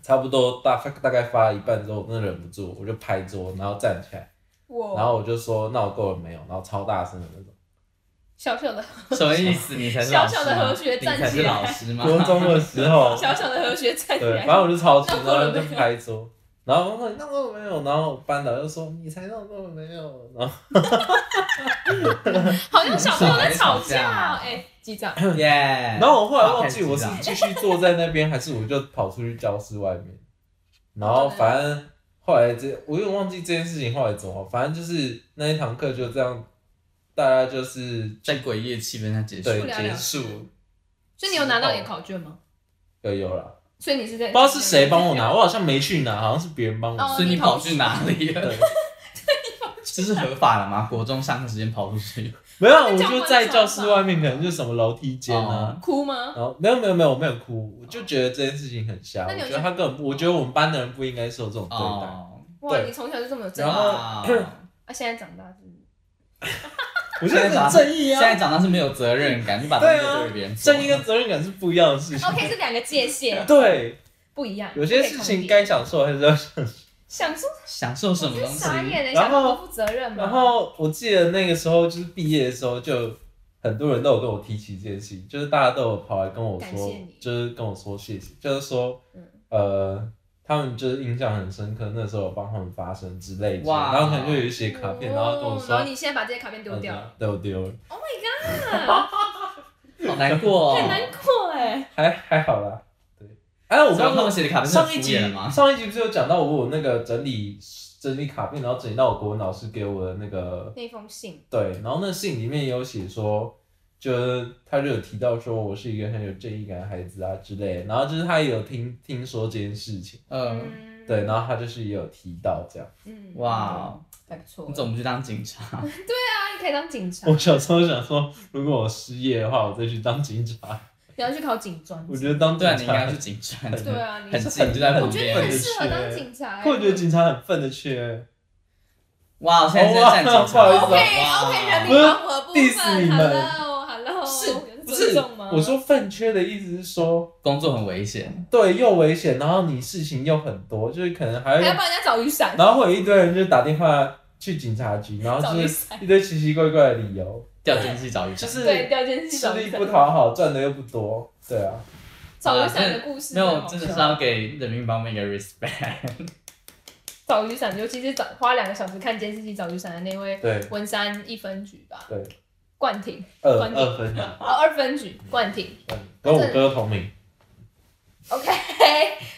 [SPEAKER 3] 差不多大大概发了一半之后，我真的忍不住，我就拍桌，然后站起来，然
[SPEAKER 1] 我
[SPEAKER 3] 后我就说：“那我够了没有？”然后超大声的那种。
[SPEAKER 1] 小小的
[SPEAKER 2] 什么意思？你才是老师吗
[SPEAKER 1] 小小的和学站起来，
[SPEAKER 2] 你才是老师吗？
[SPEAKER 3] 国中的时候
[SPEAKER 1] 小小的和学站起
[SPEAKER 3] 对，
[SPEAKER 1] 来
[SPEAKER 3] 反，正我就超气，然
[SPEAKER 1] 那够了
[SPEAKER 3] 后
[SPEAKER 1] 没有
[SPEAKER 3] 就拍桌，然后我说：“你那够了没有？”然后班导就说：“你才那够了没有？”然后
[SPEAKER 1] 好像小朋友在吵
[SPEAKER 2] 小孩在吵
[SPEAKER 1] 架
[SPEAKER 2] 架
[SPEAKER 1] 哦。哎，记账。
[SPEAKER 2] 耶。
[SPEAKER 3] 然后我后来忘记
[SPEAKER 2] 好
[SPEAKER 3] 我是继续坐在那边，还是我就跑出去教室外面。然
[SPEAKER 1] 哦
[SPEAKER 3] 后反正后来这我有点忘记这件事情后来怎么，反正就是那一堂课就这样，大家就是
[SPEAKER 2] 在诡异的气氛下结束。
[SPEAKER 3] 对
[SPEAKER 1] 不了
[SPEAKER 3] 结
[SPEAKER 1] 了之
[SPEAKER 3] 束
[SPEAKER 1] 所以你有拿到你的考卷吗？
[SPEAKER 3] 有有了，
[SPEAKER 1] 所哎以你是在
[SPEAKER 3] 不知道是谁帮我拿，我好像没去拿，好像是别人帮我拿。
[SPEAKER 1] 哦
[SPEAKER 2] 所以你跑去哪里 了？
[SPEAKER 3] 对，
[SPEAKER 2] 这是合法的吗？国中上课时间跑出去？
[SPEAKER 3] 没有，啊我
[SPEAKER 1] 那教官
[SPEAKER 3] 就在教室外面，可能就什么楼梯间啊。
[SPEAKER 1] 哭吗？
[SPEAKER 3] 然后没有没有没有，我没有哭，我就觉得这件事情很瞎，
[SPEAKER 1] 哦那
[SPEAKER 3] 我
[SPEAKER 1] 你有
[SPEAKER 3] 觉得他根本不，我觉得我们班的人不应该受这种对待。
[SPEAKER 2] 哦，
[SPEAKER 1] 哇，
[SPEAKER 3] 对
[SPEAKER 1] 你从小就这么有正
[SPEAKER 3] 然
[SPEAKER 1] 义
[SPEAKER 3] 后
[SPEAKER 2] 哇
[SPEAKER 1] 啊！现在长大是不是
[SPEAKER 3] 我觉得
[SPEAKER 2] 现在
[SPEAKER 3] 很正义
[SPEAKER 2] 现
[SPEAKER 3] 啊，
[SPEAKER 2] 在长大是没有责任感，就把东西丢给别人做。
[SPEAKER 3] 正义跟责任感是不一样的事情。
[SPEAKER 1] OK 是两个界限
[SPEAKER 3] 对，
[SPEAKER 1] 不一样，
[SPEAKER 3] 有些事情该享受还是要。
[SPEAKER 1] 想说
[SPEAKER 2] 享受什么东西？
[SPEAKER 1] 傻眼欸，
[SPEAKER 3] 然
[SPEAKER 1] 想
[SPEAKER 3] 后
[SPEAKER 1] 说不负责任嘛。
[SPEAKER 3] 然后我记得那个时候就是毕业的时候，就很多人都有跟我提起这件事情，就是大家都有跑来跟我
[SPEAKER 1] 感谢
[SPEAKER 3] 说
[SPEAKER 1] 你，
[SPEAKER 3] 就是跟我说谢谢，就是说
[SPEAKER 1] 嗯，
[SPEAKER 3] 呃，他们就是印象很深刻，那时候有帮他们发声之类的，
[SPEAKER 2] 哇
[SPEAKER 3] 然后可能就有一些卡片，然后跟我
[SPEAKER 1] 哦然后
[SPEAKER 3] 说。
[SPEAKER 1] 你现在把这些卡片丢掉了，
[SPEAKER 3] 对，我丢了，
[SPEAKER 2] 好难过、
[SPEAKER 1] 很
[SPEAKER 2] 哦。
[SPEAKER 1] 难过哎。
[SPEAKER 3] 还还好啦，对。哎、我
[SPEAKER 2] 我
[SPEAKER 3] 刚
[SPEAKER 2] 刚他
[SPEAKER 3] 刚
[SPEAKER 2] 们写的卡片是很
[SPEAKER 3] 上
[SPEAKER 2] 敷
[SPEAKER 3] 一集
[SPEAKER 2] 衍吗？
[SPEAKER 3] 上一集不是有讲到我有那个整理整理卡片，然后整理到我国文老师给我的那个
[SPEAKER 1] 那封信，
[SPEAKER 3] 对，然后那信里面也有写说，就是他就有提到说我是一个很有正义感的孩子啊之类的，然后就是他也有听听说这件事情，
[SPEAKER 2] 嗯，
[SPEAKER 1] 嗯，嗯，
[SPEAKER 3] 对，然后他就是也有提到这样。
[SPEAKER 1] 嗯，
[SPEAKER 2] 哇，
[SPEAKER 1] 还不错。
[SPEAKER 2] 你怎么不去当警察？
[SPEAKER 1] 那你可以当警察
[SPEAKER 3] 我，小时候想说，如果我失业的话，我再去当警察。
[SPEAKER 1] 你要去考警专。
[SPEAKER 3] 我觉得当警
[SPEAKER 2] 对啊，
[SPEAKER 3] 察，
[SPEAKER 2] 你应该去警专，
[SPEAKER 3] 很
[SPEAKER 1] 对啊，你
[SPEAKER 2] 很近就在
[SPEAKER 1] 我
[SPEAKER 2] 旁
[SPEAKER 1] 觉得你很
[SPEAKER 2] 边。
[SPEAKER 1] 适合当警察、欸。
[SPEAKER 3] 我觉得警察很愤的缺
[SPEAKER 2] 哇，我现在是在站警察，
[SPEAKER 3] 哦哇不好意
[SPEAKER 1] OK
[SPEAKER 3] 思
[SPEAKER 1] OK 人
[SPEAKER 3] 不
[SPEAKER 1] 民
[SPEAKER 3] 是
[SPEAKER 1] 保护的部
[SPEAKER 3] diss 你
[SPEAKER 1] 分
[SPEAKER 3] 们
[SPEAKER 1] ，Hello Hello，
[SPEAKER 2] 是
[SPEAKER 1] 有
[SPEAKER 2] 不是
[SPEAKER 1] 哦尊重吗？
[SPEAKER 3] 我说愤缺的意思是说，
[SPEAKER 2] 工作很危险，
[SPEAKER 3] 对，又危险，然后你事情又很多，就是可能还
[SPEAKER 1] 还
[SPEAKER 3] 会
[SPEAKER 1] 要，帮人家找雨伞，
[SPEAKER 3] 然后会有一堆人就打电话去警察局，然
[SPEAKER 1] 找
[SPEAKER 3] 后
[SPEAKER 1] 雨
[SPEAKER 3] 就
[SPEAKER 1] 伞
[SPEAKER 3] 是一堆奇奇怪怪的理由，
[SPEAKER 2] 掉监视器找雨
[SPEAKER 3] 就
[SPEAKER 2] 伞。
[SPEAKER 3] 是
[SPEAKER 1] 对，掉进去
[SPEAKER 3] 吃
[SPEAKER 1] 找
[SPEAKER 3] 力
[SPEAKER 1] 雨
[SPEAKER 3] 不
[SPEAKER 1] 伞，
[SPEAKER 3] 讨好，赚的又不多，对啊，
[SPEAKER 1] 找雨伞的故事
[SPEAKER 2] 没
[SPEAKER 1] 很
[SPEAKER 2] 有，
[SPEAKER 1] 好笑，
[SPEAKER 2] 真的是要给人民帮我们一个 respect。
[SPEAKER 1] 找雨伞，尤其是找花两个小时看监视器找雨伞的那位
[SPEAKER 3] 对，
[SPEAKER 1] 文山一分局吧，
[SPEAKER 3] 对，
[SPEAKER 1] 冠廷，
[SPEAKER 3] 二
[SPEAKER 1] 关键
[SPEAKER 3] 二分啊，
[SPEAKER 1] 哦，二分局冠廷
[SPEAKER 3] 嗯跟我哥同名，
[SPEAKER 1] ，OK，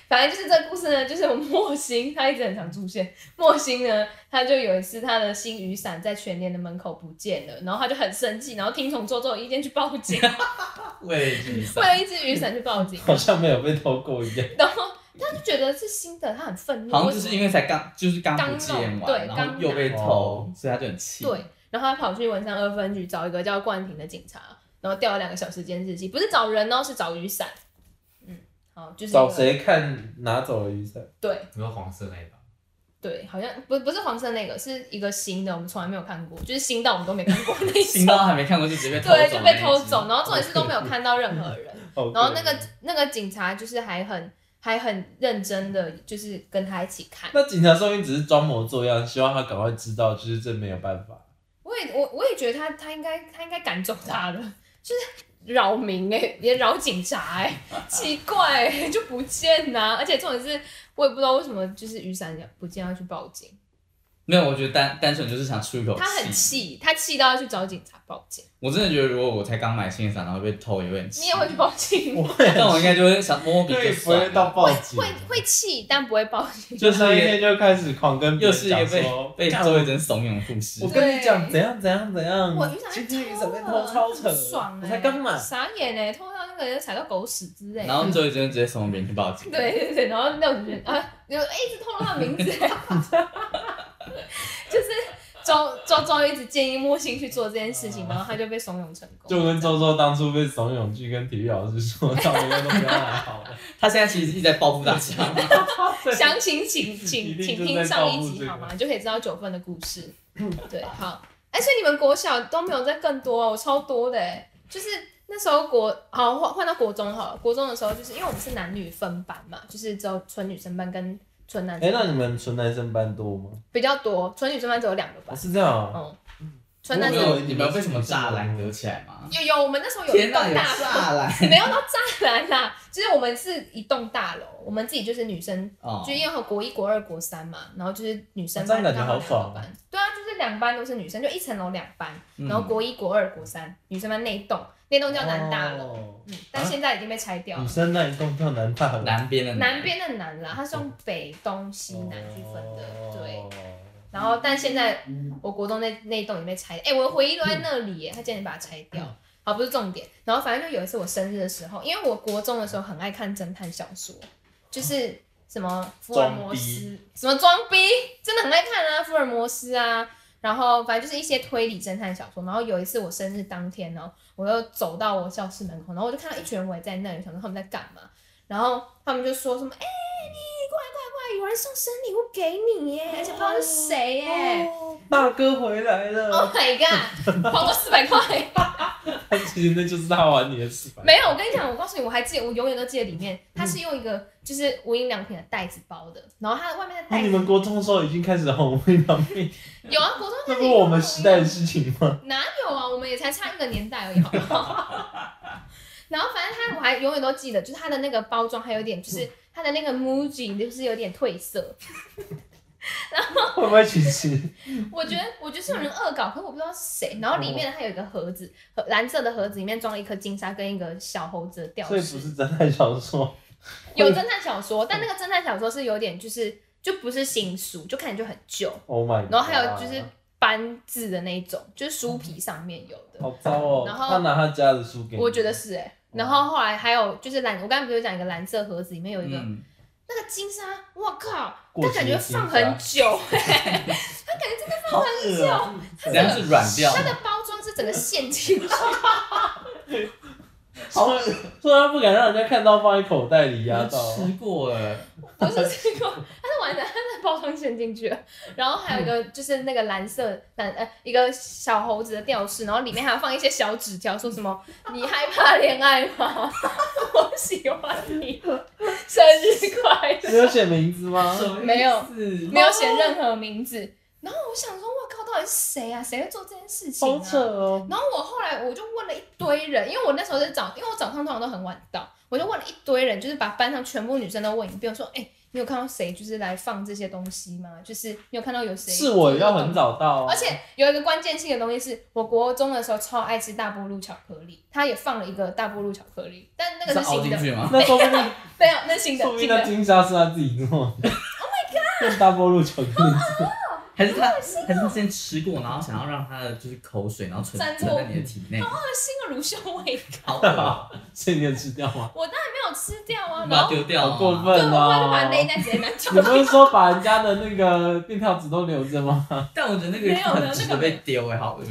[SPEAKER 1] 反正就是这个故事呢，就是有莫欣，他一直很常出现。 莫欣呢，他就有一次他的新雨伞在全年的门口不见了，然后他就很生气，然后听从周周的意见去报警，
[SPEAKER 2] 为雨
[SPEAKER 1] 为
[SPEAKER 2] 伞，
[SPEAKER 1] 了一只雨伞去报警，
[SPEAKER 3] 好像没有被偷过一样，
[SPEAKER 1] 然后他就觉得是新的，他很愤怒，
[SPEAKER 2] 好像就是因为才刚，就是刚
[SPEAKER 1] 刚
[SPEAKER 2] 不见
[SPEAKER 1] 弄对
[SPEAKER 2] 完，然
[SPEAKER 1] 刚
[SPEAKER 2] 后又被
[SPEAKER 3] 拿
[SPEAKER 2] 偷，所以他就很气。
[SPEAKER 1] 对，然后他跑去文山二分局找一个叫冠廷的警察，然后调了两个小时监视器，不是找人哦，是找雨伞。嗯，好，就是一
[SPEAKER 3] 找
[SPEAKER 1] 个？
[SPEAKER 3] 谁看拿走了雨伞？
[SPEAKER 1] 对
[SPEAKER 4] 你说黄色那一把，
[SPEAKER 1] 对，好像不不是黄色那个，是一个新的，我们从来没有看过，就是新到我们都没看过那
[SPEAKER 2] 新
[SPEAKER 1] 种。
[SPEAKER 2] 到 还没看过就直接被偷走，
[SPEAKER 1] 对，就被偷走，。然后重点是都没有看到任何人。
[SPEAKER 3] 好
[SPEAKER 1] 然后那个
[SPEAKER 3] 可怜
[SPEAKER 1] 那个警察就是还很还很认真的，就是跟他一起看。
[SPEAKER 3] 那警察说明只是装模作样，希望他赶快知道，就是这没有办法。
[SPEAKER 1] 我也我我也觉得他他应该他应该赶走他了，就是扰民哎、也扰警察哎、奇怪、欸、就不见呐、而且重点是我也不知道为什么就是雨伞不见要去报警，
[SPEAKER 2] 没有，我觉得单单纯就是想出一口
[SPEAKER 1] 他很气，他气到要去找警察报警，
[SPEAKER 2] 我真的觉得，如果我才刚买新的伞，然后被偷，也会很气。
[SPEAKER 1] 你也会去报警吗，
[SPEAKER 2] 但我应该就会想摸摸鼻
[SPEAKER 3] 对，
[SPEAKER 2] 就
[SPEAKER 3] 不
[SPEAKER 2] 算
[SPEAKER 3] 会到
[SPEAKER 2] 了。
[SPEAKER 3] 报警，
[SPEAKER 1] 会会气但不会报警，
[SPEAKER 3] 就那一天就开始狂跟别
[SPEAKER 2] 又
[SPEAKER 3] 人
[SPEAKER 2] 是一个
[SPEAKER 3] 讲
[SPEAKER 2] 被
[SPEAKER 3] 说，
[SPEAKER 2] 被
[SPEAKER 3] 干
[SPEAKER 2] 周慧珍怂恿的故事
[SPEAKER 3] 我。跟你讲
[SPEAKER 1] 对
[SPEAKER 3] 怎样怎样怎样，
[SPEAKER 1] 我雨伞
[SPEAKER 3] 今
[SPEAKER 1] 被
[SPEAKER 3] 天雨伞被
[SPEAKER 1] 偷
[SPEAKER 3] 偷
[SPEAKER 1] 了
[SPEAKER 3] 超扯，
[SPEAKER 1] 很爽
[SPEAKER 3] 我
[SPEAKER 1] 哎、
[SPEAKER 3] 才刚买，
[SPEAKER 1] 傻眼哎、偷到那个人踩到狗屎之类的，
[SPEAKER 2] 然后周慧珍直接怂恿别人去报警。
[SPEAKER 1] 对对对，然后那种人啊，就哎一直透露他的名字， 就是周周周一直建议莫欣去做这件事
[SPEAKER 3] 哦
[SPEAKER 1] 情，然后他就被怂恿成功。
[SPEAKER 3] 就跟周周当初被怂恿去跟体育老 师说，到底都不要来好了，
[SPEAKER 2] 他现在其实一直在报复大家。
[SPEAKER 1] 详情请
[SPEAKER 3] 一
[SPEAKER 1] 请
[SPEAKER 3] 定
[SPEAKER 1] 请
[SPEAKER 3] 就
[SPEAKER 1] 听
[SPEAKER 3] 在
[SPEAKER 1] 上
[SPEAKER 3] 报
[SPEAKER 1] 一
[SPEAKER 3] 复
[SPEAKER 1] 集
[SPEAKER 3] 这个嗯
[SPEAKER 1] 好吗？就可以知道九份的故事。对，好。哎、所以你们国小都没有在更多哦，我超多的哎，就是那时候国好换换到国中好了，国中的时候就是因为我们是男女分班嘛，就是只有纯女生班跟纯男
[SPEAKER 3] 哎，
[SPEAKER 1] 生
[SPEAKER 3] 那
[SPEAKER 1] 班
[SPEAKER 3] 你们纯男生班多吗？
[SPEAKER 1] 比较多，纯女生班只有两个班
[SPEAKER 3] 哦，。是这样啊，
[SPEAKER 1] 嗯，
[SPEAKER 3] 我
[SPEAKER 1] 纯男
[SPEAKER 3] 但
[SPEAKER 2] 没
[SPEAKER 3] 是
[SPEAKER 1] 生
[SPEAKER 2] 有，你们有被什么栅栏隔起来吗？
[SPEAKER 1] 有有，我们那时候有一
[SPEAKER 2] 天
[SPEAKER 1] 栋
[SPEAKER 2] 有
[SPEAKER 1] 大
[SPEAKER 2] 栅栏！
[SPEAKER 1] 没有到栅栏啦，就是我们是一栋大楼，我们自己就是女生，
[SPEAKER 2] 哦
[SPEAKER 1] 就，因为国一、国二、国三嘛，然后就是女生
[SPEAKER 3] 哦这样
[SPEAKER 1] 班
[SPEAKER 3] 感
[SPEAKER 1] 刚
[SPEAKER 3] 觉
[SPEAKER 1] 好
[SPEAKER 3] 好
[SPEAKER 1] 两
[SPEAKER 3] 爽
[SPEAKER 1] 个班，对啊，就是两班都是女生，就一层楼两班，
[SPEAKER 2] 嗯
[SPEAKER 1] 然后国一、国二、国三女生班那一栋，那栋叫南大楼，
[SPEAKER 3] 哦
[SPEAKER 1] 嗯，但现在已经被拆掉
[SPEAKER 3] 女
[SPEAKER 1] 了。
[SPEAKER 3] 生那一栋叫南大楼，
[SPEAKER 2] 南边的
[SPEAKER 3] 嗯
[SPEAKER 1] 南边的南啦，它是用北、东、西、南区分的，
[SPEAKER 3] 哦
[SPEAKER 1] 对。然后，但现在
[SPEAKER 2] 嗯
[SPEAKER 1] 我国中那那一栋也被拆，哎、我的回忆都在那里耶，他竟然把它拆掉。好，不是重点。然后反正就有一次我生日的时候，因为我国中的时候很爱看侦探小说，就是什么哦福尔摩斯，什么装逼，真的很爱看啊，福尔摩斯啊。然后反正就是一些推理侦探小说。然后有一次我生日当天呢，我又走到我教室门口，然后我就看到一群人围在那里，想说他们在干嘛。然后他们就说什么：“哎、你快快快，有人送生日礼物给你耶，而且不知道是谁耶。
[SPEAKER 3] 哦大哥回来了
[SPEAKER 1] ”Oh，my god，还我四百块！
[SPEAKER 3] 但其实那就是他玩你的事吧。
[SPEAKER 1] 没有，我跟你讲，我告诉你，我还记得，我永远都记得里面，它是用一个就是无印良品的袋子包的，然后它的外面的
[SPEAKER 3] 那
[SPEAKER 1] 袋
[SPEAKER 3] 你
[SPEAKER 1] 子
[SPEAKER 3] 们国中的时候已经开始红卫 两命，
[SPEAKER 1] 有啊，国中那
[SPEAKER 3] 那
[SPEAKER 1] 啊
[SPEAKER 3] 不是我们时代的事情 吗？
[SPEAKER 1] 哪有啊？我们也才差一个年代而已，好不好？ 然后反正它我还永远都记得，就是它的那个包装还有点，就是它的那个 MUJI 就是有点褪色。
[SPEAKER 3] 会不会其实
[SPEAKER 1] 我觉得我觉得是有人恶搞，可是我不知道是谁。然后里面还有一个盒子，盒蓝色的盒子里面装了一颗金沙跟一个小猴子的吊
[SPEAKER 3] 所以不
[SPEAKER 1] 饰。
[SPEAKER 3] 是侦探小说？
[SPEAKER 1] 有侦探小说，但那个侦探小说是有点就是就不是新书，就看起来就很旧。
[SPEAKER 3] Oh my！God
[SPEAKER 1] 然后还有就是斑字的那一种，就是书皮上面有的，
[SPEAKER 3] 好糟哦，
[SPEAKER 1] 然后
[SPEAKER 3] 他拿他家的书给你，
[SPEAKER 1] 我觉得是哎、然后后来还有就是蓝，我刚才不是有讲一个蓝色盒子，里面有一个
[SPEAKER 2] 嗯，
[SPEAKER 1] 那个金沙，我靠，
[SPEAKER 3] 过
[SPEAKER 1] 但
[SPEAKER 3] 期
[SPEAKER 1] 感觉
[SPEAKER 3] 的金
[SPEAKER 1] 放
[SPEAKER 3] 沙哦
[SPEAKER 1] 很久哎、它感觉真的
[SPEAKER 2] 好
[SPEAKER 1] 放很
[SPEAKER 2] 恶
[SPEAKER 1] 久，
[SPEAKER 2] 啊，怎样是 软掉
[SPEAKER 1] 哦它？的包装是整个陷进去，
[SPEAKER 2] 好恶，
[SPEAKER 3] 虽然不敢让人家看到，放在口袋里压到。
[SPEAKER 2] 吃过了，
[SPEAKER 1] 不是这个，它是完整，它的包装陷进去了。然后还有一个就是那个蓝色蓝呃一个小猴子的吊饰，然后里面还要放一些小纸条，说什么 你害怕恋爱吗？我喜欢你，生日快乐。
[SPEAKER 3] 你有写名字吗？
[SPEAKER 2] 什么意思
[SPEAKER 1] 没有没有写任何名字。然后我想说，我靠，到底是谁啊？谁会做这件事情
[SPEAKER 3] 好扯
[SPEAKER 1] 啊？
[SPEAKER 3] 哦！
[SPEAKER 1] 然后我后来我就问了一堆人，因为我那时候是早，因为我早上通常都很晚到，我就问了一堆人，就是把班上全部女生都问一遍，我说，哎、你有看到谁就是来放这些东西吗？就是你有看到有谁？
[SPEAKER 3] 是我要很。早到啊，
[SPEAKER 1] 而且有一个关键性的东西是，我国中的时候超爱吃大波露巧克力，他也放了一个大波露巧克力，但那个
[SPEAKER 2] 是
[SPEAKER 1] 是
[SPEAKER 2] 凹
[SPEAKER 1] 新
[SPEAKER 2] 进
[SPEAKER 1] 的，
[SPEAKER 2] 去吗？
[SPEAKER 3] 那说不定
[SPEAKER 1] 没有，那是新的
[SPEAKER 3] 说不定
[SPEAKER 1] 新
[SPEAKER 3] 那
[SPEAKER 1] 的。
[SPEAKER 3] 金沙是他自己做的。Oh my god！用大波路巧克力
[SPEAKER 2] 还是他
[SPEAKER 1] 啊
[SPEAKER 2] 还是他先吃过，然后想要让他的就是口水，然后存
[SPEAKER 1] 粘
[SPEAKER 2] 存
[SPEAKER 1] 过
[SPEAKER 2] 在你的体 内，
[SPEAKER 1] 新的乳臭味，
[SPEAKER 2] 好恶啊，
[SPEAKER 3] 做，所以你有吃掉吗？
[SPEAKER 1] 我当然没有吃掉啊。然
[SPEAKER 2] 把
[SPEAKER 1] 后
[SPEAKER 2] 它丢掉啊
[SPEAKER 3] 好过
[SPEAKER 1] 对，
[SPEAKER 3] 分
[SPEAKER 1] 我会就把内
[SPEAKER 3] 哦！
[SPEAKER 1] 袋直接拿掉。
[SPEAKER 3] 你不是说把人家的那个便条纸都留着吗？
[SPEAKER 2] 但我觉得那
[SPEAKER 1] 没
[SPEAKER 2] 个
[SPEAKER 1] 有没有
[SPEAKER 2] 很值
[SPEAKER 1] 那
[SPEAKER 2] 得
[SPEAKER 1] 个
[SPEAKER 2] 被丢哎，好恶。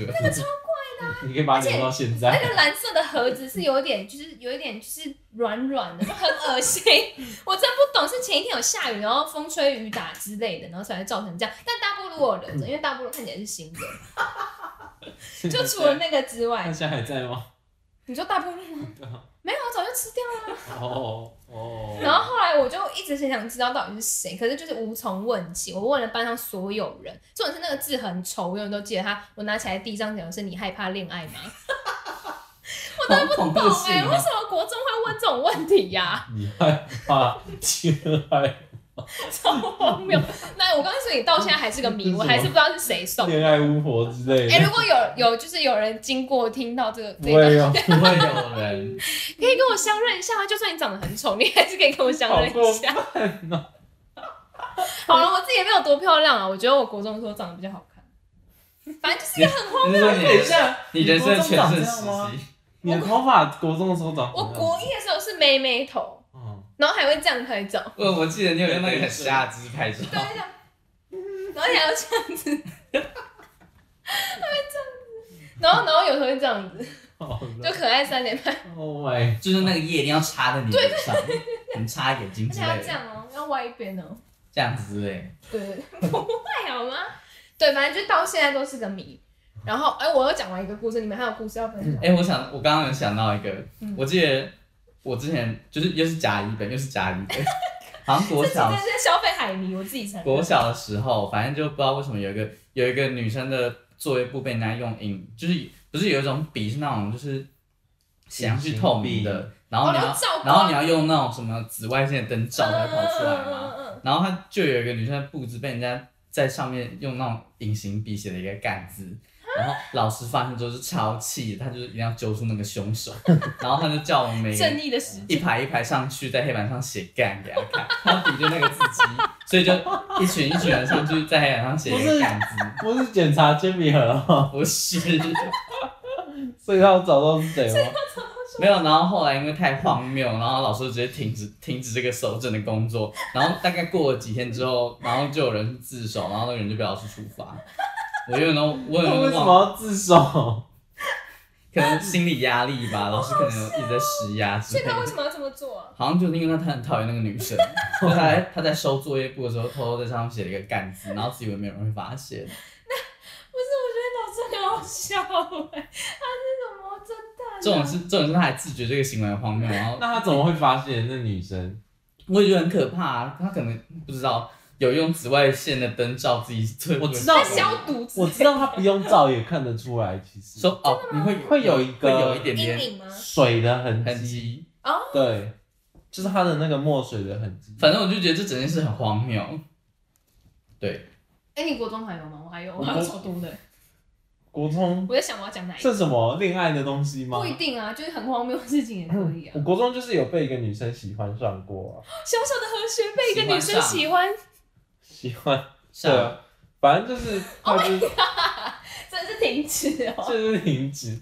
[SPEAKER 3] 你可以把它留到现
[SPEAKER 1] 那
[SPEAKER 3] 在。
[SPEAKER 1] 个蓝色的盒子是有点，就是有一点就是软软的，就很恶心。我真不懂，是前一天有下雨，然后风吹雨打之类的，然后才会造成这样。但大菠萝我留着，因为大菠萝看起来是新的，就除了那个之
[SPEAKER 3] 那
[SPEAKER 1] 外，
[SPEAKER 3] 现在还在吗？
[SPEAKER 1] 你说大菠萝吗？没有，我早就吃掉了。
[SPEAKER 3] 哦哦。
[SPEAKER 1] 然后后来我就一直很想知道到底是谁，可是就是无从问起。我问了班上所有人，重点是那个字很丑，我永远都记得他。我拿起来第一张讲的是“你害怕恋爱吗
[SPEAKER 2] 我都不”，
[SPEAKER 1] 懂哎、为什么国中会问这种问题呀、
[SPEAKER 3] 你害怕亲爱
[SPEAKER 1] 超荒谬！那我告诉你，到现在还是个谜，我还是不知道是谁送。
[SPEAKER 3] 恋爱巫婆之类
[SPEAKER 1] 哎、
[SPEAKER 3] 的
[SPEAKER 1] 如？果有有就是有人经过听到这个
[SPEAKER 3] 不
[SPEAKER 1] 这个，
[SPEAKER 3] 会哦，
[SPEAKER 2] 不会有人，
[SPEAKER 1] 可以跟我相认一下吗？就算你长得很丑，你还是可以跟我相认
[SPEAKER 3] 好过
[SPEAKER 1] 一下。好了，我自己也没有多漂亮啊，我觉得我国中的时候长得比较好看。反正就是一个很啊荒
[SPEAKER 2] 你是说你
[SPEAKER 3] 等 一
[SPEAKER 2] 的
[SPEAKER 3] 下，
[SPEAKER 2] 你人生的全
[SPEAKER 3] 长
[SPEAKER 2] 盛
[SPEAKER 3] 这
[SPEAKER 2] 时
[SPEAKER 3] 样吗？
[SPEAKER 2] 期，
[SPEAKER 3] 你的头发国中的时候长怎
[SPEAKER 1] 我
[SPEAKER 3] 样？
[SPEAKER 1] 国一的时候是妹妹头，
[SPEAKER 3] 嗯，
[SPEAKER 1] 然后还会这样拍照，
[SPEAKER 2] 我我记得你有用那个很瞎的姿势拍照，
[SPEAKER 1] 对，这样，嗯然后还要这样子，还会这样 子，然后然后有时候会这样子，
[SPEAKER 3] 好
[SPEAKER 1] 就
[SPEAKER 3] 的。
[SPEAKER 1] 可爱三连拍，而
[SPEAKER 3] Oh my，
[SPEAKER 2] 就是那个夜一定要插在你脸上，你插眼睛之
[SPEAKER 1] 且要
[SPEAKER 2] 类
[SPEAKER 1] 这
[SPEAKER 2] 的，
[SPEAKER 1] 样哦、要歪一边哦、
[SPEAKER 2] 这样子之类的。
[SPEAKER 1] 对，不会好吗？对，反正就到现在都是个谜。然后，哎、我又讲完一个故事，你们还有故事要分享？
[SPEAKER 2] 哎、我想我刚刚有想到一个，
[SPEAKER 1] 嗯
[SPEAKER 2] 我记得我之前就是又是甲乙本，又是甲乙 本，好像国小
[SPEAKER 1] 这是消费海迷，我自己承
[SPEAKER 2] 国
[SPEAKER 1] 认。
[SPEAKER 2] 小的时候，反正就不知道为什么有一个有一个女生的作业簿被人家用印，就是不是有一种笔是那种就是显像是透明
[SPEAKER 3] 隐形
[SPEAKER 2] 的，然后你要、
[SPEAKER 1] 哦照光
[SPEAKER 2] 然后你要用那种什么紫外线的灯照才跑出来嘛。
[SPEAKER 1] 嗯嗯嗯
[SPEAKER 2] 然后她就有一个女生的布置被人家在上面用那种隐形笔写了一个“干”字，然后老师发现之后是超气的，他就是一定要揪出那个凶手，然后他就叫我们每
[SPEAKER 1] 嗯
[SPEAKER 2] 个
[SPEAKER 1] 正
[SPEAKER 2] 人
[SPEAKER 1] 义的使者
[SPEAKER 2] 一排一排上去，在黑板上写“干”给他看，他比着那个字迹，所以就一群一群人上去在黑板上写一个“干”字，
[SPEAKER 3] 不是检查铅笔盒哦，
[SPEAKER 2] 不是
[SPEAKER 3] 所以他有找到是谁吗？
[SPEAKER 2] 没有。然后后来因为太荒谬，然后老师就直接停止停止这个搜证的工作，然后大概过了几天之后，然后就有人自首，然后那个人就被老师处罚。我有点都我
[SPEAKER 3] 他
[SPEAKER 2] 有
[SPEAKER 3] 为
[SPEAKER 2] 点
[SPEAKER 3] 什
[SPEAKER 2] 忘了，
[SPEAKER 3] 么要自首？
[SPEAKER 2] 可能心理压力吧，老师可能有一直在施压之
[SPEAKER 1] 所
[SPEAKER 2] 类
[SPEAKER 1] 以他为
[SPEAKER 2] 的。
[SPEAKER 1] 什么要这么做啊、
[SPEAKER 2] 好像就是因为他他很讨厌那个女 生，所以他在他在收作业簿的时候偷偷在上面写了一个“干”字，然后自以为没有人会发现。
[SPEAKER 1] 不是，我觉得老师很好笑哎、他是什么侦探、啊？
[SPEAKER 2] 这种是这种是他还自觉这个行为很荒谬，然后
[SPEAKER 3] 那他怎么会发现那女生？
[SPEAKER 2] 我也觉得很可怕、啊。他可能不知道有用紫外线的灯照自己最，
[SPEAKER 3] 我知道
[SPEAKER 1] 在消毒之
[SPEAKER 3] 我
[SPEAKER 1] 类
[SPEAKER 3] 知道他不用照也看得出来，其实
[SPEAKER 2] 说哦，你会
[SPEAKER 3] 会有一个
[SPEAKER 2] 会有一点
[SPEAKER 1] 阴
[SPEAKER 2] 点
[SPEAKER 1] 影吗？
[SPEAKER 3] 水的痕
[SPEAKER 2] 痕
[SPEAKER 3] 迹，
[SPEAKER 2] 迹。
[SPEAKER 3] 对，就是他的那个墨水的痕迹。
[SPEAKER 2] 反正我就觉得这整件事很荒谬。对，
[SPEAKER 1] 哎、你国中还有吗？我还有，我
[SPEAKER 3] 我
[SPEAKER 1] 还有
[SPEAKER 2] 嗯
[SPEAKER 3] 国
[SPEAKER 1] 超多的。
[SPEAKER 3] 国中
[SPEAKER 1] 我在想我要讲哪一个？
[SPEAKER 3] 是什么恋爱的东西吗
[SPEAKER 1] 不？一定啊，就是很荒谬的事情也可以啊
[SPEAKER 3] 我。国中就是有被一个女生喜欢上过啊，
[SPEAKER 1] 小小的和弦被一个女生喜欢，
[SPEAKER 3] 喜欢
[SPEAKER 2] 是
[SPEAKER 3] 对啊，反正就是他
[SPEAKER 2] Oh
[SPEAKER 3] 就是
[SPEAKER 1] 真是停止哦，
[SPEAKER 3] 就是停止。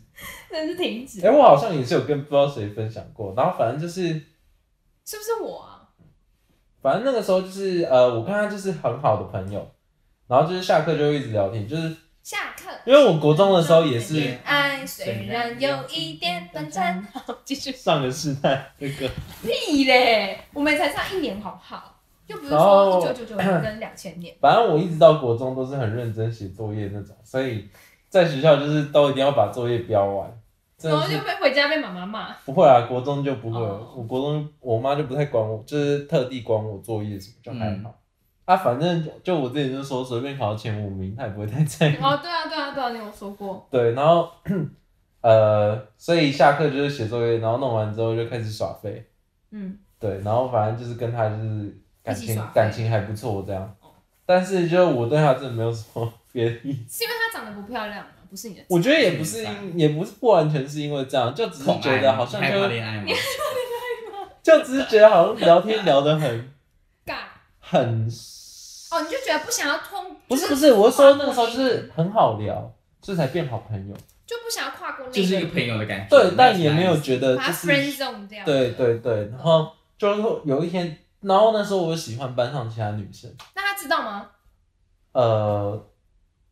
[SPEAKER 1] 真是停止
[SPEAKER 3] 哎、。我好像也是有跟不知道谁分享过，然后反正就是
[SPEAKER 1] 是不是我啊？
[SPEAKER 3] 反正那个时候就是呃，我跟他就是很好的朋友，然后就是下课就会一直聊天，就是
[SPEAKER 1] 下课。
[SPEAKER 3] 因为我国中的时候也是
[SPEAKER 1] 恋爱虽然有一点短暂，好继续
[SPEAKER 3] 上个世代那个，
[SPEAKER 1] 屁嘞！我们才差一年，好不好？又不是
[SPEAKER 3] 然
[SPEAKER 1] 说
[SPEAKER 3] 后
[SPEAKER 1] 一九九九年跟两千年。
[SPEAKER 3] 反正我一直到国中都是很认真写作业那种，所以在学校就是都一定要把作业标完， 真
[SPEAKER 1] 然
[SPEAKER 3] 的
[SPEAKER 1] 后
[SPEAKER 3] 是
[SPEAKER 1] 就被回家被妈妈骂，
[SPEAKER 3] 不会啊，国中就不会了。
[SPEAKER 1] 哦
[SPEAKER 3] 我国中我妈就不太管我，就是特地管我作业什么，就还好。啊，反正就我之前就说随便考前五名，她也不会太在意。
[SPEAKER 1] 哦，对啊，对啊，对啊，你有说过，
[SPEAKER 3] 对，然后 呃，所以下课就是写作业，然后弄完之后就开始耍废。
[SPEAKER 1] 嗯，
[SPEAKER 3] 对，然后反正就是跟她就是感
[SPEAKER 1] 一起
[SPEAKER 3] 情
[SPEAKER 1] 耍废
[SPEAKER 3] 感情还不错这样
[SPEAKER 1] 哦。
[SPEAKER 3] 但是就我对她真的没有什么 别的意见。
[SPEAKER 1] 是因为她长得不漂亮吗？不是你的，
[SPEAKER 3] 我觉得也不是因，也不是不完全是因为这样，就只是
[SPEAKER 2] 恐
[SPEAKER 3] 觉
[SPEAKER 2] 爱
[SPEAKER 3] 得
[SPEAKER 2] 吗
[SPEAKER 3] 好像
[SPEAKER 2] 害怕
[SPEAKER 3] 就
[SPEAKER 2] 恋爱 吗？
[SPEAKER 3] 就只是觉得好像聊天聊得很
[SPEAKER 1] 尬
[SPEAKER 3] 很
[SPEAKER 1] 哦，你就觉得不想要通，
[SPEAKER 3] 不是
[SPEAKER 1] 就
[SPEAKER 3] 不是，我是说那个时候就是很好聊，所以才变好朋友。
[SPEAKER 1] 就不想要跨过那
[SPEAKER 2] 就是一个
[SPEAKER 1] 个，
[SPEAKER 2] 朋友的感觉。
[SPEAKER 3] 对，但也没有觉得
[SPEAKER 1] 把
[SPEAKER 3] 就
[SPEAKER 1] 她
[SPEAKER 3] 是
[SPEAKER 1] friend zone 掉，
[SPEAKER 3] 对，对对，然后就是有一天，然后那时候我喜欢班上其他女生，
[SPEAKER 1] 那她知道吗？
[SPEAKER 3] 呃，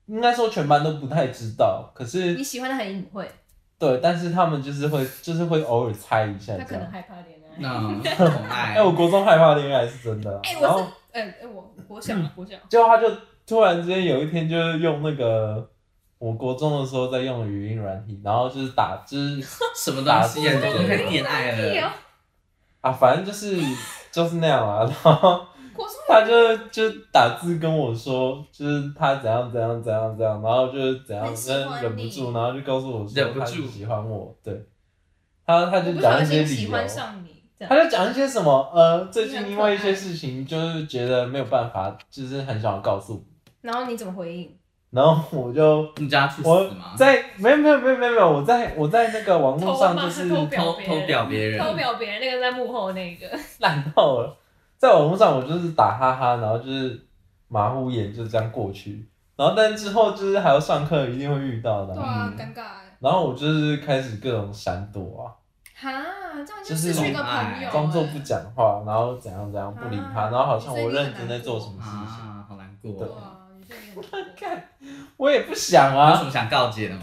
[SPEAKER 3] 应该说全班都不太知道，可是
[SPEAKER 1] 你喜欢的很隐晦，
[SPEAKER 3] 对，但是他们就是会就是会偶尔猜一下
[SPEAKER 1] 她
[SPEAKER 3] 这
[SPEAKER 1] 可能
[SPEAKER 3] 样。
[SPEAKER 1] 害怕啊恋爱。
[SPEAKER 2] 那恐爱
[SPEAKER 3] 哎、。我国中害怕恋爱是真的啊，
[SPEAKER 1] 哎，
[SPEAKER 3] 然
[SPEAKER 1] 我
[SPEAKER 3] 后嗯
[SPEAKER 1] 是，哎哎，我我想啊我想，
[SPEAKER 3] 结果他就突然之间有一天就是用那个。我国中的时候在用语音软体，然后就是打，就是
[SPEAKER 2] 什么东西啊？
[SPEAKER 3] 打
[SPEAKER 2] 你都开始恋爱
[SPEAKER 1] 哎呦
[SPEAKER 2] 了，，
[SPEAKER 3] 啊，反正就是就是那样啊啦。然后
[SPEAKER 1] 我说
[SPEAKER 3] 他就就打字跟我说，就是他怎样怎样怎样怎样，然后就是怎样，
[SPEAKER 1] 很喜
[SPEAKER 3] 真的
[SPEAKER 1] 欢
[SPEAKER 3] 忍不
[SPEAKER 1] 你
[SPEAKER 3] 住，然后就告诉我说
[SPEAKER 2] 忍不
[SPEAKER 3] 他
[SPEAKER 2] 住
[SPEAKER 3] 喜欢我，对，他他
[SPEAKER 1] 我
[SPEAKER 3] 就
[SPEAKER 1] 不
[SPEAKER 3] 讲
[SPEAKER 1] 小
[SPEAKER 3] 一些
[SPEAKER 1] 心
[SPEAKER 3] 理
[SPEAKER 1] 喜
[SPEAKER 3] 由
[SPEAKER 1] 欢，上你，这样
[SPEAKER 3] 他就讲一些什么呃，最
[SPEAKER 1] 真的
[SPEAKER 3] 近因
[SPEAKER 1] 可
[SPEAKER 3] 为一些
[SPEAKER 1] 爱
[SPEAKER 3] 事情就是觉得没有办法，就是很想告诉我，
[SPEAKER 1] 然后你怎么回应？
[SPEAKER 3] 然后我就
[SPEAKER 2] 你叫他去
[SPEAKER 3] 我
[SPEAKER 2] 死吗？
[SPEAKER 3] 在没有没有没有没有没有，我在我在那个网络上
[SPEAKER 1] 偷
[SPEAKER 3] 就
[SPEAKER 1] 骂
[SPEAKER 3] 是
[SPEAKER 1] 偷
[SPEAKER 2] 偷偷表别人，
[SPEAKER 1] 偷瞄别人那个在幕后那个，
[SPEAKER 3] 烂到了，在网络上我就是打哈哈，然后就是马虎眼就这样过去，然后但之后就是还要上课，一定会遇到的
[SPEAKER 1] 对
[SPEAKER 3] 啊。
[SPEAKER 1] 啊
[SPEAKER 2] 嗯，
[SPEAKER 1] 尴尬欸。
[SPEAKER 3] 然后我就是开始各种闪躲啊，
[SPEAKER 1] 哈，这样
[SPEAKER 3] 就
[SPEAKER 1] 就是失去一个朋友欸，
[SPEAKER 3] 装作不讲话，然后怎样怎样不理他，
[SPEAKER 1] 啊
[SPEAKER 3] 然后好像我认真在做什么事情，
[SPEAKER 2] 啊，好难过
[SPEAKER 1] 对
[SPEAKER 2] 哦。
[SPEAKER 1] 啊，你这个很 难过
[SPEAKER 3] 看我也不想
[SPEAKER 2] 有
[SPEAKER 3] 啊
[SPEAKER 2] 什。么想告诫的吗？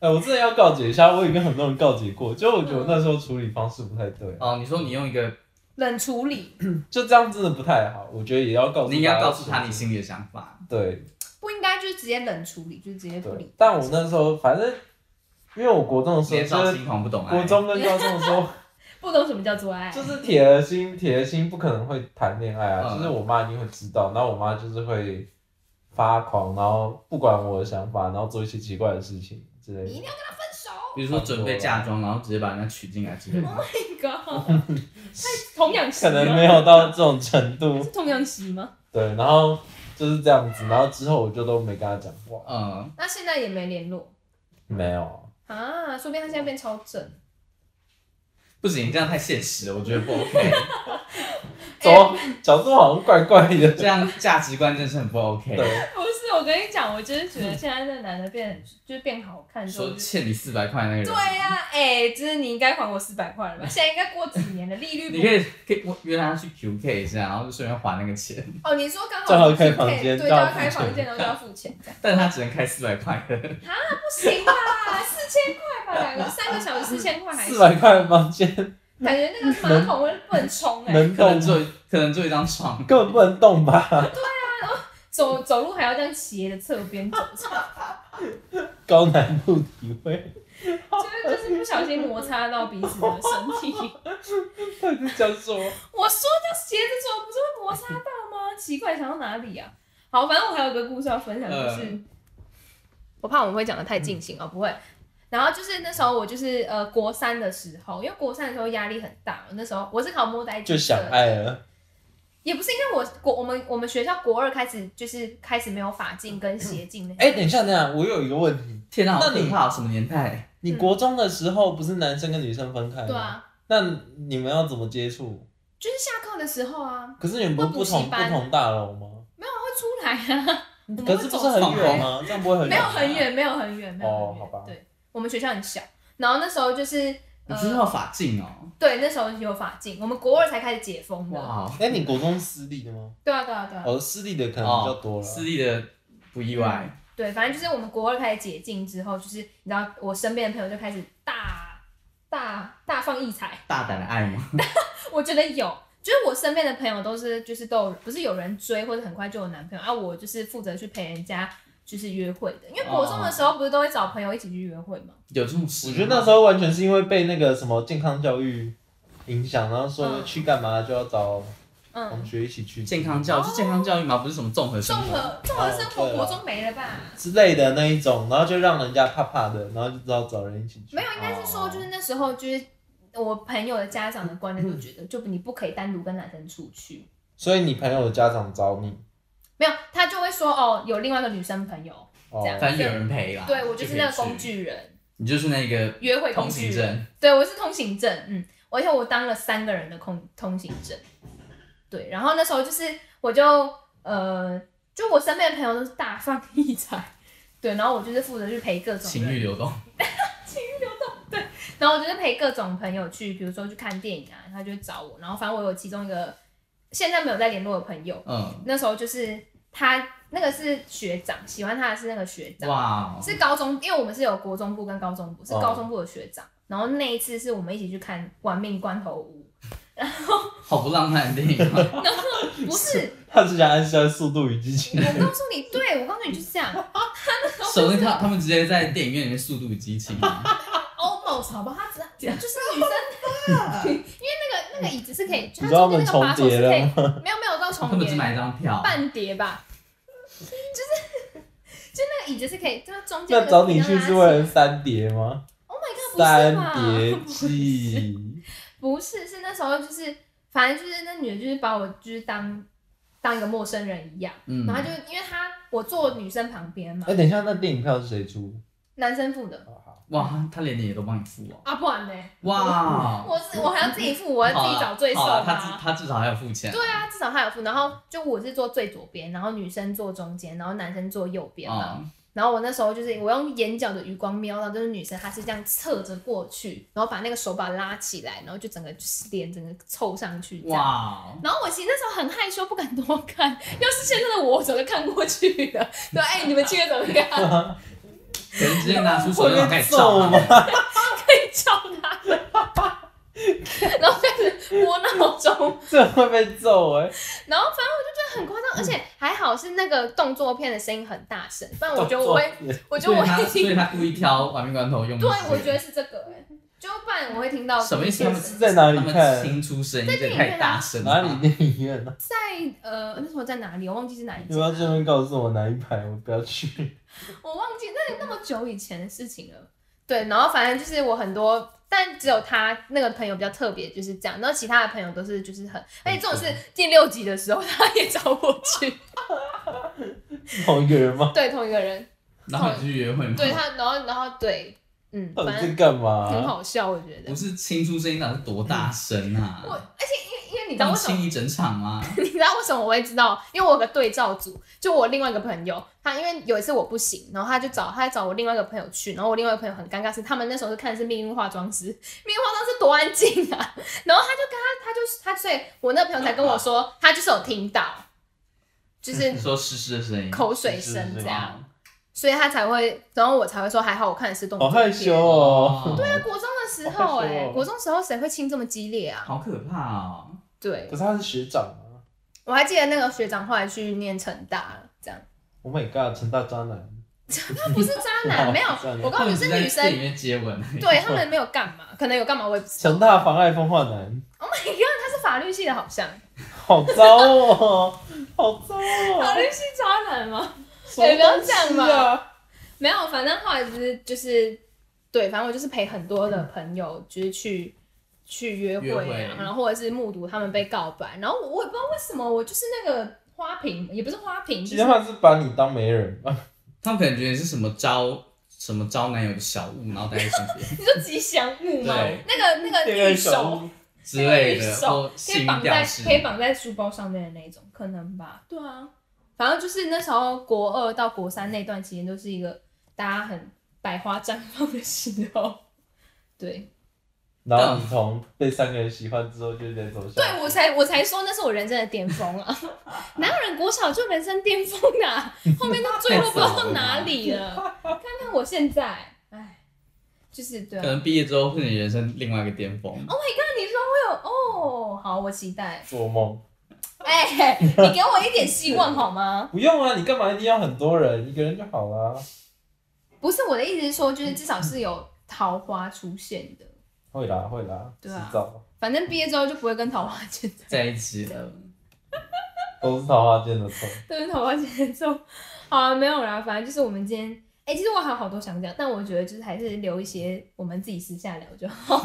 [SPEAKER 3] 哎、我真的要告解一下，我也跟很多人告解过，就我觉得我那时候处理方式不太对，啊
[SPEAKER 2] 哦，你说你用一个，
[SPEAKER 1] 冷处理，
[SPEAKER 3] 就这样真的不太好。我觉得也要告诉，
[SPEAKER 2] 你应该告诉他你心里的想法。
[SPEAKER 3] 对
[SPEAKER 1] 不应该就是直接冷处理，就是直接不
[SPEAKER 3] 对
[SPEAKER 1] 理。，
[SPEAKER 3] 但我那时候反正，因为我国中的时候
[SPEAKER 2] 年
[SPEAKER 3] 就
[SPEAKER 2] 少
[SPEAKER 3] 是
[SPEAKER 2] 轻狂不懂爱
[SPEAKER 3] 国。中跟高中的 时候，
[SPEAKER 1] 不懂什么叫做爱，
[SPEAKER 3] 就是铁了心，铁了心不可能会谈恋爱啊，
[SPEAKER 2] 嗯
[SPEAKER 3] 就是我妈一定会知道，然后我妈就是会发狂，然后不管我的想法，然后做一些奇怪的事情之类
[SPEAKER 1] 你一
[SPEAKER 3] 的。
[SPEAKER 1] 定要跟他分 手。
[SPEAKER 2] 比如说准备嫁妆，然后直接把人家娶进来之类
[SPEAKER 3] 嗯
[SPEAKER 2] 的。
[SPEAKER 1] Oh my god，太童养媳
[SPEAKER 3] 可
[SPEAKER 1] 了
[SPEAKER 3] 能没有到这种程度，
[SPEAKER 1] 是童养媳吗？
[SPEAKER 3] 对，然后就是这样子，然后之后我就都没跟她讲话，
[SPEAKER 2] 嗯，
[SPEAKER 1] 那现在也没联络
[SPEAKER 3] 没有，
[SPEAKER 1] 啊，说不定他现在变超正。
[SPEAKER 2] 不行，这样太现实了，我觉得不 OK。
[SPEAKER 3] 怎么角度好像怪哎怪的，
[SPEAKER 2] 这样价值观真是很不 OK。
[SPEAKER 3] 对，
[SPEAKER 1] 不是，我跟你讲，我就是觉得现在这男的变，就是变好看之后
[SPEAKER 2] 说
[SPEAKER 1] 就，
[SPEAKER 2] 欠你四百块那个人，
[SPEAKER 1] 对呀、哎、就是你应该还我四百块了吧？现在应该过几年了，利率
[SPEAKER 2] 你
[SPEAKER 1] 不
[SPEAKER 2] 可以可以约他去 QK 一下，然后就顺便还那个钱，
[SPEAKER 1] 哦，你说刚好
[SPEAKER 3] 正好开房
[SPEAKER 1] 对，
[SPEAKER 3] 间就
[SPEAKER 1] 就
[SPEAKER 3] 要
[SPEAKER 1] 要
[SPEAKER 3] 付
[SPEAKER 1] 开
[SPEAKER 3] 钱
[SPEAKER 1] 房间，然后就要付钱，这样
[SPEAKER 2] 但是他只能开四百块，
[SPEAKER 1] 不行吧？四千块吧，两个三个小时四千块还
[SPEAKER 3] 四百
[SPEAKER 1] 行，
[SPEAKER 3] 块房间
[SPEAKER 1] 感觉那个马桶会不能冲哎、
[SPEAKER 3] 能
[SPEAKER 2] 可能
[SPEAKER 3] 动
[SPEAKER 2] 做可能做一张床，
[SPEAKER 3] 根本不能动吧？
[SPEAKER 1] 走走路还要这样斜着侧 边走，
[SPEAKER 3] 高难度体会，
[SPEAKER 1] 就是就是不小心摩擦到彼此的身体。
[SPEAKER 3] 到底在讲什么？
[SPEAKER 1] 我说要斜着走，不是会摩擦到吗？ 奇怪，想到哪里啊？好，反正我还有个故事要分享，就是、
[SPEAKER 3] 嗯
[SPEAKER 1] 我怕我们会讲的太尽兴哦，不会。然后就是那时候我就是呃国三的时候，因为国三的时候压力很大，我那时候我是考摸呆
[SPEAKER 3] 就
[SPEAKER 1] 机
[SPEAKER 3] 想
[SPEAKER 1] 的，
[SPEAKER 3] 爱了。
[SPEAKER 1] 也不是因为我国我们我们学校国二开始就是开始没有法镜跟斜镜那些，
[SPEAKER 3] 哎、等一下，等一下，我有一个问题。
[SPEAKER 2] 天哪，好
[SPEAKER 3] 那你
[SPEAKER 2] 可怕哦，什么年代？
[SPEAKER 3] 你国中的时候不是男生跟女生分开吗？
[SPEAKER 1] 嗯对。啊，
[SPEAKER 3] 那你们要怎么接触？
[SPEAKER 1] 就是下课的时候啊，
[SPEAKER 3] 可是你们不是
[SPEAKER 1] 会
[SPEAKER 3] 不
[SPEAKER 1] 补习
[SPEAKER 3] 同不
[SPEAKER 1] 班
[SPEAKER 3] 同大楼吗？
[SPEAKER 1] 会出来 啊，我们
[SPEAKER 3] 可
[SPEAKER 1] 会
[SPEAKER 3] 是不
[SPEAKER 1] 走
[SPEAKER 3] 是很
[SPEAKER 1] 出来
[SPEAKER 3] 远吗？这样不会很
[SPEAKER 1] 没
[SPEAKER 3] 远
[SPEAKER 1] 有
[SPEAKER 3] 吗？
[SPEAKER 1] 很远，没有很远，没有很远。
[SPEAKER 3] 哦好吧
[SPEAKER 1] 对，我们学校很小，然后那时候就是呃
[SPEAKER 2] 你知道法镜哦，
[SPEAKER 1] 对，那时候有法禁，我们国二才开始解封的。
[SPEAKER 2] 哇，
[SPEAKER 3] 哎，你国中私立的吗？
[SPEAKER 1] 对啊，对啊，对啊。
[SPEAKER 3] 哦，私立的可能比较多了。
[SPEAKER 2] 私立的不意外，
[SPEAKER 1] 对，啊反正就是我们国二开始解禁之后，就是你知道，我身边的朋友就开始大大大放异彩。
[SPEAKER 2] 大胆的爱吗？
[SPEAKER 1] 我觉得有，就是我身边的朋友都是就是都有不是有人追或者很快就有男朋友啊，我就是负责去陪人家就是约会的，因为国中的时候不是都会找朋友一起去约会吗？
[SPEAKER 2] 有这种事
[SPEAKER 3] 我
[SPEAKER 2] 吗？
[SPEAKER 3] 觉得那时候完全是因为被那个什么健康教育影响，然后说
[SPEAKER 1] 嗯
[SPEAKER 3] 去干嘛就要找同
[SPEAKER 1] 嗯，
[SPEAKER 3] 学一起去
[SPEAKER 2] 健康教育是健康教育吗？不是什么综合
[SPEAKER 1] 哦综
[SPEAKER 2] 生活。
[SPEAKER 1] 合综合生活
[SPEAKER 3] 哦对啊
[SPEAKER 1] 国中没了吧？
[SPEAKER 3] 之类的那一种，然后就让人家怕怕的，然后就知道找人一起去
[SPEAKER 1] 没。有，应该是说就是那时候就是我朋友的家长的观念就觉得，就你不可以单独跟男生出去。
[SPEAKER 3] 所以你朋友的家长找你，
[SPEAKER 1] 没有，他就会说哦，有另外一个女生朋友，
[SPEAKER 3] 哦
[SPEAKER 1] 这，样
[SPEAKER 2] 反正有人陪啦。
[SPEAKER 1] 对我就是那个工
[SPEAKER 2] 啊就可以去，
[SPEAKER 1] 具人，
[SPEAKER 2] 你就是那个
[SPEAKER 1] 约会工
[SPEAKER 2] 通
[SPEAKER 1] 具
[SPEAKER 2] 行
[SPEAKER 1] 人。
[SPEAKER 2] 证。
[SPEAKER 1] 对，我是通行证，嗯，而且我当了三个人的空通行证。对，然后那时候就是我就呃，就我身边的朋友都是大放异彩， 对，然后我就是负责去陪各种
[SPEAKER 2] 情
[SPEAKER 1] 人，
[SPEAKER 2] 欲流动，
[SPEAKER 1] 然后我就是陪各种朋友去，比如说去看电影啊，他就会找我，然后反正我有其中一个现在没有在联络的朋友，
[SPEAKER 2] 嗯，
[SPEAKER 1] 那时候就是他那个是学长，喜欢他的是那个学长，
[SPEAKER 2] 哇哦，
[SPEAKER 1] 是高中，因为我们是有国中部跟高中部，是
[SPEAKER 3] 哦
[SPEAKER 1] 高中部的学长。然后那一次是我们一起去看《玩命关头五
[SPEAKER 2] 好不浪漫的电 影啊！》，
[SPEAKER 1] 不是，
[SPEAKER 3] 他只想按下速度与激情。
[SPEAKER 1] 我告诉你，对我告诉你就是这 样
[SPEAKER 2] 首先他他们直接在电影院里面速度与激情 啊，
[SPEAKER 1] ，almost 好吧，他只就是女生，因 为那个那个椅子是可以，它
[SPEAKER 3] 嗯你知道
[SPEAKER 1] 中
[SPEAKER 3] 他
[SPEAKER 1] 间那
[SPEAKER 3] 们
[SPEAKER 1] 个把手
[SPEAKER 3] 重叠
[SPEAKER 1] 是可以
[SPEAKER 3] 了，吗？
[SPEAKER 1] 没有没有到
[SPEAKER 2] 他
[SPEAKER 1] 重
[SPEAKER 2] 们只买一
[SPEAKER 1] 叠，
[SPEAKER 2] 张票，
[SPEAKER 1] 半叠吧，就是就那个椅子是可以，就是中间
[SPEAKER 3] 那
[SPEAKER 1] 个
[SPEAKER 3] 找
[SPEAKER 1] 可以
[SPEAKER 3] 你
[SPEAKER 1] 让
[SPEAKER 3] 去
[SPEAKER 1] 它
[SPEAKER 3] 是为了三叠吗？
[SPEAKER 1] ，Oh my
[SPEAKER 3] 三
[SPEAKER 1] god，不是吧？
[SPEAKER 3] 叠纪，
[SPEAKER 1] 不是，是那时候就是，反正就是那女的，就是把我就是当当一个陌生人一样，
[SPEAKER 2] 嗯呃
[SPEAKER 1] 然后她就因为她我坐女生旁边嘛
[SPEAKER 3] 哎、，等一下，那电影票是谁出？
[SPEAKER 1] 男生付的
[SPEAKER 3] 哦好
[SPEAKER 2] 哇，他连你也都帮你付哦，
[SPEAKER 1] 啊，不然呢？
[SPEAKER 2] 哇，
[SPEAKER 1] 我是我还要自己付，我要
[SPEAKER 2] 好
[SPEAKER 1] 自己
[SPEAKER 2] 啦
[SPEAKER 1] 找罪受
[SPEAKER 2] 好啦他
[SPEAKER 1] 嘛
[SPEAKER 2] 至。他至少还要付钱，
[SPEAKER 1] 对啊，至少他有付，然后就我是坐最左边，然后女生坐中间，然后男生坐右边嘛。
[SPEAKER 2] 啊，
[SPEAKER 1] 然后我那时候就是我用眼角的余光瞄到，就是女生她是这样侧着过去，然后把那个手把拉起来，然后就整个就是脸整个凑上去这样。
[SPEAKER 2] 哇，
[SPEAKER 1] 然后我其实那时候很害羞，不敢多看。要是现在的我，我早就看过去 了。对，哎、你们去得怎么样？
[SPEAKER 2] 可能直接拿出手电筒开始照
[SPEAKER 3] 会
[SPEAKER 2] 啊，
[SPEAKER 1] 可以叫他们。然后开始窝闹钟，
[SPEAKER 3] 这会被揍哎、
[SPEAKER 1] 然后反正我就觉得很夸张，而且还好是那个动作片的声音很大声，不然我觉得我会， 我觉
[SPEAKER 2] 所
[SPEAKER 1] 得我
[SPEAKER 2] 以他
[SPEAKER 1] 会
[SPEAKER 2] 所以
[SPEAKER 1] 听，
[SPEAKER 2] 他故意挑玩命关头用
[SPEAKER 1] 对
[SPEAKER 2] 的是这个，，
[SPEAKER 1] 我觉得是这个、哎，就不然我会听到
[SPEAKER 2] 什么意思
[SPEAKER 1] 就
[SPEAKER 2] 他们
[SPEAKER 3] 是在哪里
[SPEAKER 2] 他们
[SPEAKER 3] 看
[SPEAKER 2] 听出声音这也
[SPEAKER 1] 电影
[SPEAKER 2] 太
[SPEAKER 1] 院啊
[SPEAKER 2] 大声了
[SPEAKER 3] 哪
[SPEAKER 2] 吧，
[SPEAKER 3] 里电影院啊呢、
[SPEAKER 1] 在呃那时候在哪里，我忘记是哪一
[SPEAKER 3] 你们要
[SPEAKER 1] 家，
[SPEAKER 3] 这边告诉我哪一排，我不要去。
[SPEAKER 1] 我忘记那那么久以前的事情了。对，然后反正就是我很多，但只有他那个朋友比较特别，就是这样。然后其他的朋友都是就是很，而且这种是第六集的时候，他也找我 去，
[SPEAKER 3] 是同一个人吗？
[SPEAKER 1] 对，同一个人，
[SPEAKER 2] 然后你去约会吗？
[SPEAKER 1] 对他，然后然后对，嗯，
[SPEAKER 3] 到底
[SPEAKER 1] 反
[SPEAKER 3] 在
[SPEAKER 1] 正
[SPEAKER 3] 干嘛、
[SPEAKER 1] 很好笑，我觉得
[SPEAKER 2] 不。是清出声音那是多大声啊！
[SPEAKER 1] 嗯我而且因为因为你知
[SPEAKER 2] 他
[SPEAKER 1] 道
[SPEAKER 2] 们
[SPEAKER 1] 为什么
[SPEAKER 2] 清？一整场吗？
[SPEAKER 1] 你知道为什么我会知道？因为我有个对照组，就我另外一个朋友，他因为有一次我不行，然后他就找他找我另外一个朋友去，然后我另外一个朋友很尴尬，是他们那时候是看的是命运化妆师， 命运化妆师多安静啊， 然后他就跟他他就是他，所以我那个朋友才跟我
[SPEAKER 3] 啊
[SPEAKER 1] 说，他就是有听到，就是
[SPEAKER 2] 你说湿湿的声音，
[SPEAKER 1] 口水声这样，所以他才会，然后我才会说还好我看的是动作
[SPEAKER 3] 好
[SPEAKER 1] 片，
[SPEAKER 3] 害羞哦。
[SPEAKER 2] 对
[SPEAKER 1] 在国中的时候、
[SPEAKER 3] 好害羞
[SPEAKER 1] 哎、
[SPEAKER 3] 哦
[SPEAKER 1] 国中时候谁会亲这么激烈啊？
[SPEAKER 2] 好可怕哦！
[SPEAKER 1] 对
[SPEAKER 3] 可，是他是学长啊
[SPEAKER 1] 我还记得那个学长后来去念成大了，这样。
[SPEAKER 3] ！Oh my god，成大渣男。
[SPEAKER 1] 那不是渣男，没有
[SPEAKER 3] 渣，男
[SPEAKER 1] 我
[SPEAKER 2] 他
[SPEAKER 1] 告诉
[SPEAKER 2] 们
[SPEAKER 1] 你
[SPEAKER 2] 只
[SPEAKER 1] 是
[SPEAKER 2] 在
[SPEAKER 1] 女
[SPEAKER 2] 店里
[SPEAKER 1] 生，
[SPEAKER 2] 面接吻，，
[SPEAKER 1] 对他们没有干嘛，可能有干嘛我也不知道。
[SPEAKER 3] 成大妨碍风化男，
[SPEAKER 1] Oh my god，他是法律系的，好像
[SPEAKER 3] 好糟哦， 好糟哦！
[SPEAKER 1] 律系渣男吗？
[SPEAKER 3] 什么
[SPEAKER 1] 哎不要
[SPEAKER 3] 东
[SPEAKER 1] 这样
[SPEAKER 3] 西
[SPEAKER 1] 嘛
[SPEAKER 3] 啊！
[SPEAKER 1] 没有，反正后来就是就是，对，反正我就是陪很多的朋友，就是去去约会啊，
[SPEAKER 2] 约会
[SPEAKER 1] 然后或者是目睹他们被告白，然后我我也不知道为什么，我就是那个花瓶，也不是花瓶，
[SPEAKER 3] 其
[SPEAKER 1] 就
[SPEAKER 3] 实
[SPEAKER 1] 是
[SPEAKER 3] 他是把你当媒人吧？
[SPEAKER 2] 他们可能觉得你是什么招什么招男友的小物，然后带在身边
[SPEAKER 1] 你说吉祥物吗
[SPEAKER 2] 对？
[SPEAKER 1] 那个那个玉手，
[SPEAKER 2] 之类
[SPEAKER 1] 玉
[SPEAKER 2] 的，
[SPEAKER 1] 手
[SPEAKER 2] 或
[SPEAKER 1] 可以
[SPEAKER 2] 性
[SPEAKER 1] 绑
[SPEAKER 2] 吊
[SPEAKER 1] 在
[SPEAKER 2] 饰
[SPEAKER 1] 可。以绑在书包上面的那一种，可能吧？对啊，反正就是那时候国二到国三那段期间，都是一个大家很百花绽放的时候。对，
[SPEAKER 3] 然后你从被三个人喜欢之后就有点走下。
[SPEAKER 1] 对我啊才我才说那是我人生的巅峰啊！ 哪有人国小就人生巅峰的啊、后面都坠落不知道到哪里了。看看我现在，哎，就是对啊
[SPEAKER 2] 可。能毕业之后是你人生另外一个巅峰。
[SPEAKER 1] Oh my god！你说会有哦？好，我期待。
[SPEAKER 3] 做梦
[SPEAKER 1] 哎、你给我一点希望好吗？
[SPEAKER 3] 不用啊，你干嘛一定要很多人？一个人就好啦。
[SPEAKER 1] 不是我的意思是说，
[SPEAKER 2] 嗯
[SPEAKER 1] 就是至少是有桃花出现的。
[SPEAKER 3] 会啦，会啦，迟
[SPEAKER 1] 对啊
[SPEAKER 3] 早
[SPEAKER 1] 反正毕业之后就不会跟桃花见 面，
[SPEAKER 2] 在一起了，
[SPEAKER 3] 都是桃花剑的错。
[SPEAKER 1] 都是桃花节奏。好啊，没有啦，反正就是我们今天。哎、其实我还有好多想讲，但我觉得就是还是留一些我们自己私下聊就好。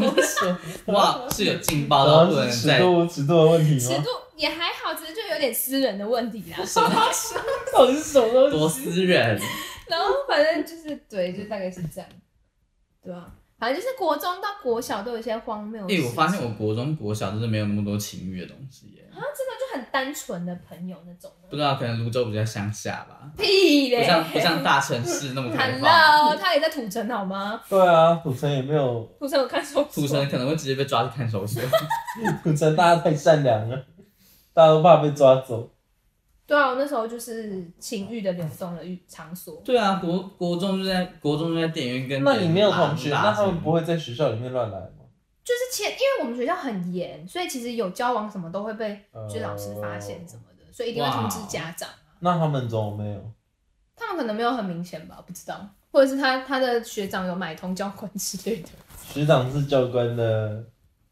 [SPEAKER 2] 哇，是有劲爆
[SPEAKER 3] 然
[SPEAKER 2] 到不
[SPEAKER 3] 后
[SPEAKER 2] 能
[SPEAKER 3] 是尺
[SPEAKER 2] 再。
[SPEAKER 3] 度尺度的问题
[SPEAKER 1] 尺
[SPEAKER 3] 吗
[SPEAKER 1] 度？也还好，只是就有点私人的问题啦。
[SPEAKER 3] 到底是什么东西？
[SPEAKER 2] 多私人，
[SPEAKER 1] 然后反正就是对，就大概是这样，对吧、反正就是国中到国小都有一些荒谬的
[SPEAKER 2] 哎、
[SPEAKER 1] 事情。
[SPEAKER 2] 我发现我国中、国小就是没有那么多情欲的东西耶。
[SPEAKER 1] 啊，真的就很单纯的朋友那种。
[SPEAKER 2] 不知道，可能泸州比较乡下吧，
[SPEAKER 1] 屁
[SPEAKER 2] 不
[SPEAKER 1] 嘞
[SPEAKER 2] 像不像大城市那么 开放。
[SPEAKER 1] ！Hello，他也在土城好吗？
[SPEAKER 3] 对啊，土城也没有，
[SPEAKER 1] 土城我看说
[SPEAKER 2] 土城可能会直接被抓去看守所。
[SPEAKER 3] 土城大家太善良了，大家都怕被抓走。
[SPEAKER 1] 对啊，我那时候就是情欲的流动的场所。
[SPEAKER 2] 对啊，国国中就在国中就在电影院跟
[SPEAKER 3] 那你没有同学，
[SPEAKER 2] 学，
[SPEAKER 3] 那他们不会在学校里面乱来吗？
[SPEAKER 1] 就是前，因为我们学校很严，所以其实有交往什么都会被就是老师发现什么
[SPEAKER 2] 呃
[SPEAKER 1] 的，所以一定会通知家长。
[SPEAKER 3] 呃那他们怎么没有？
[SPEAKER 1] 他们可能没有很明显吧，不知道，或者是他他的学长有买通教官之类的
[SPEAKER 3] 学长是教官的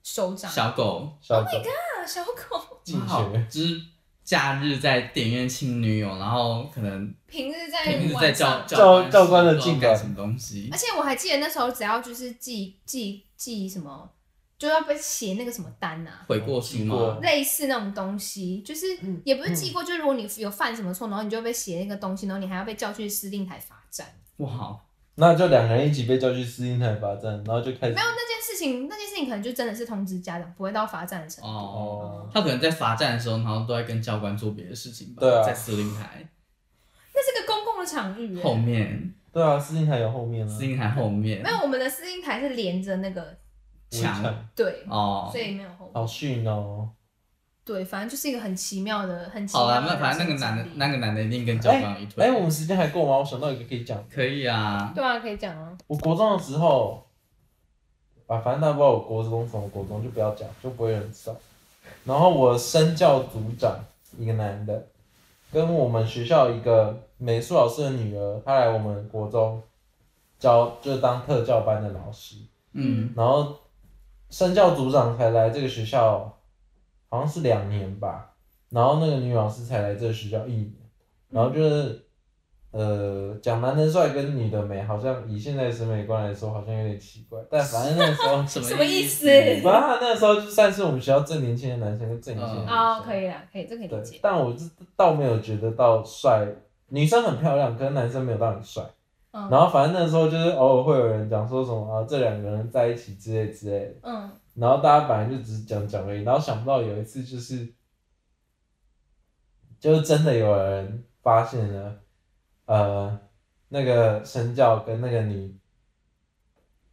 [SPEAKER 1] 首长
[SPEAKER 2] 小狗
[SPEAKER 3] 校长，
[SPEAKER 1] 啊，小狗
[SPEAKER 3] 进
[SPEAKER 2] 好
[SPEAKER 3] 学，
[SPEAKER 2] 就是假日在电影院亲女友，然后可能
[SPEAKER 1] 平日在
[SPEAKER 2] 平时在
[SPEAKER 1] 晚
[SPEAKER 2] 教
[SPEAKER 1] 上，
[SPEAKER 2] 教
[SPEAKER 3] 教官的
[SPEAKER 2] 进
[SPEAKER 3] 进
[SPEAKER 2] 干
[SPEAKER 3] 感
[SPEAKER 2] 啊什么东西
[SPEAKER 1] 而，且我还记得那时候只要就是记记记什么，就要被写那个什么单啊，
[SPEAKER 2] 悔过书
[SPEAKER 3] 记
[SPEAKER 2] 吗
[SPEAKER 3] 过？
[SPEAKER 1] 类似那种东西，就是
[SPEAKER 3] 嗯
[SPEAKER 1] 也不是记过，就是如果你有犯什么错，然后你就被写那个东西，然后你还要被叫去司令台罚站。
[SPEAKER 2] 哇，
[SPEAKER 3] 那就两个人一起被叫去司令台罚站，然后就开始
[SPEAKER 1] 没有那件事情，那件事情可能就真的是通知家长，不会到罚站的程度。
[SPEAKER 2] 哦，
[SPEAKER 3] 哦，
[SPEAKER 2] 他可能在罚站的时候，然后都在跟教官做别的事情吧，
[SPEAKER 3] 对啊
[SPEAKER 2] 在司令台
[SPEAKER 1] 那是个公共的场域耶，
[SPEAKER 2] 后面，
[SPEAKER 3] 对啊，司令台有后
[SPEAKER 1] 嗯
[SPEAKER 3] 面啊
[SPEAKER 2] 司，令台后面
[SPEAKER 1] 没有我们的司令台是连着那个
[SPEAKER 2] 墙
[SPEAKER 3] 墙，
[SPEAKER 1] 对，
[SPEAKER 2] 哦
[SPEAKER 1] 所。以没有后
[SPEAKER 3] 好
[SPEAKER 1] 面。
[SPEAKER 3] 逊哦。
[SPEAKER 1] 对，反正就是一个很奇妙的，很奇
[SPEAKER 2] 好
[SPEAKER 1] 妙的
[SPEAKER 2] 了，
[SPEAKER 1] 人
[SPEAKER 2] 那
[SPEAKER 1] 生
[SPEAKER 2] 反正那个男的
[SPEAKER 1] 经，历
[SPEAKER 2] 那个男的一定跟教官有一腿。
[SPEAKER 3] 哎、我们时间还够吗？我想到一个可以讲，
[SPEAKER 2] 可以啊，
[SPEAKER 1] 对啊，可以讲啊。
[SPEAKER 3] 我国中的时候，啊，反正大家不知道我国中什么国中，就不要讲，就不会有人知道。然后我身教组长，一个男的，跟我们学校一个美术老师的女儿，她来我们国中教，就是当特教班的老师。
[SPEAKER 2] 嗯，，
[SPEAKER 3] 然后身教组长才来这个学校，好像是两年吧。然后那个女老师才来这个学校一年。然后就是，呃，讲男的帅跟女的美，好像以现在审美观来说，好像有点奇怪。但反正那个时候
[SPEAKER 2] 什
[SPEAKER 1] 什
[SPEAKER 2] 么
[SPEAKER 1] 么意思
[SPEAKER 3] 反正他那时候就算是我们学校最年轻的男生跟最年轻的女生。
[SPEAKER 1] 哦，可以啦，可以，这可以
[SPEAKER 3] 对
[SPEAKER 1] 理解，。
[SPEAKER 3] 但我是倒没有觉得到帅，女生很漂亮，可是男生没有到很帅。
[SPEAKER 1] 嗯
[SPEAKER 3] 然后反正那时候就是偶尔会有人讲说什么啊，这两个人在一起之类之类的。
[SPEAKER 1] 嗯，
[SPEAKER 3] 然后大家本来就只是讲讲而已，然后想不到有一次就是，就是真的有人发现了，呃，那个神教跟那个女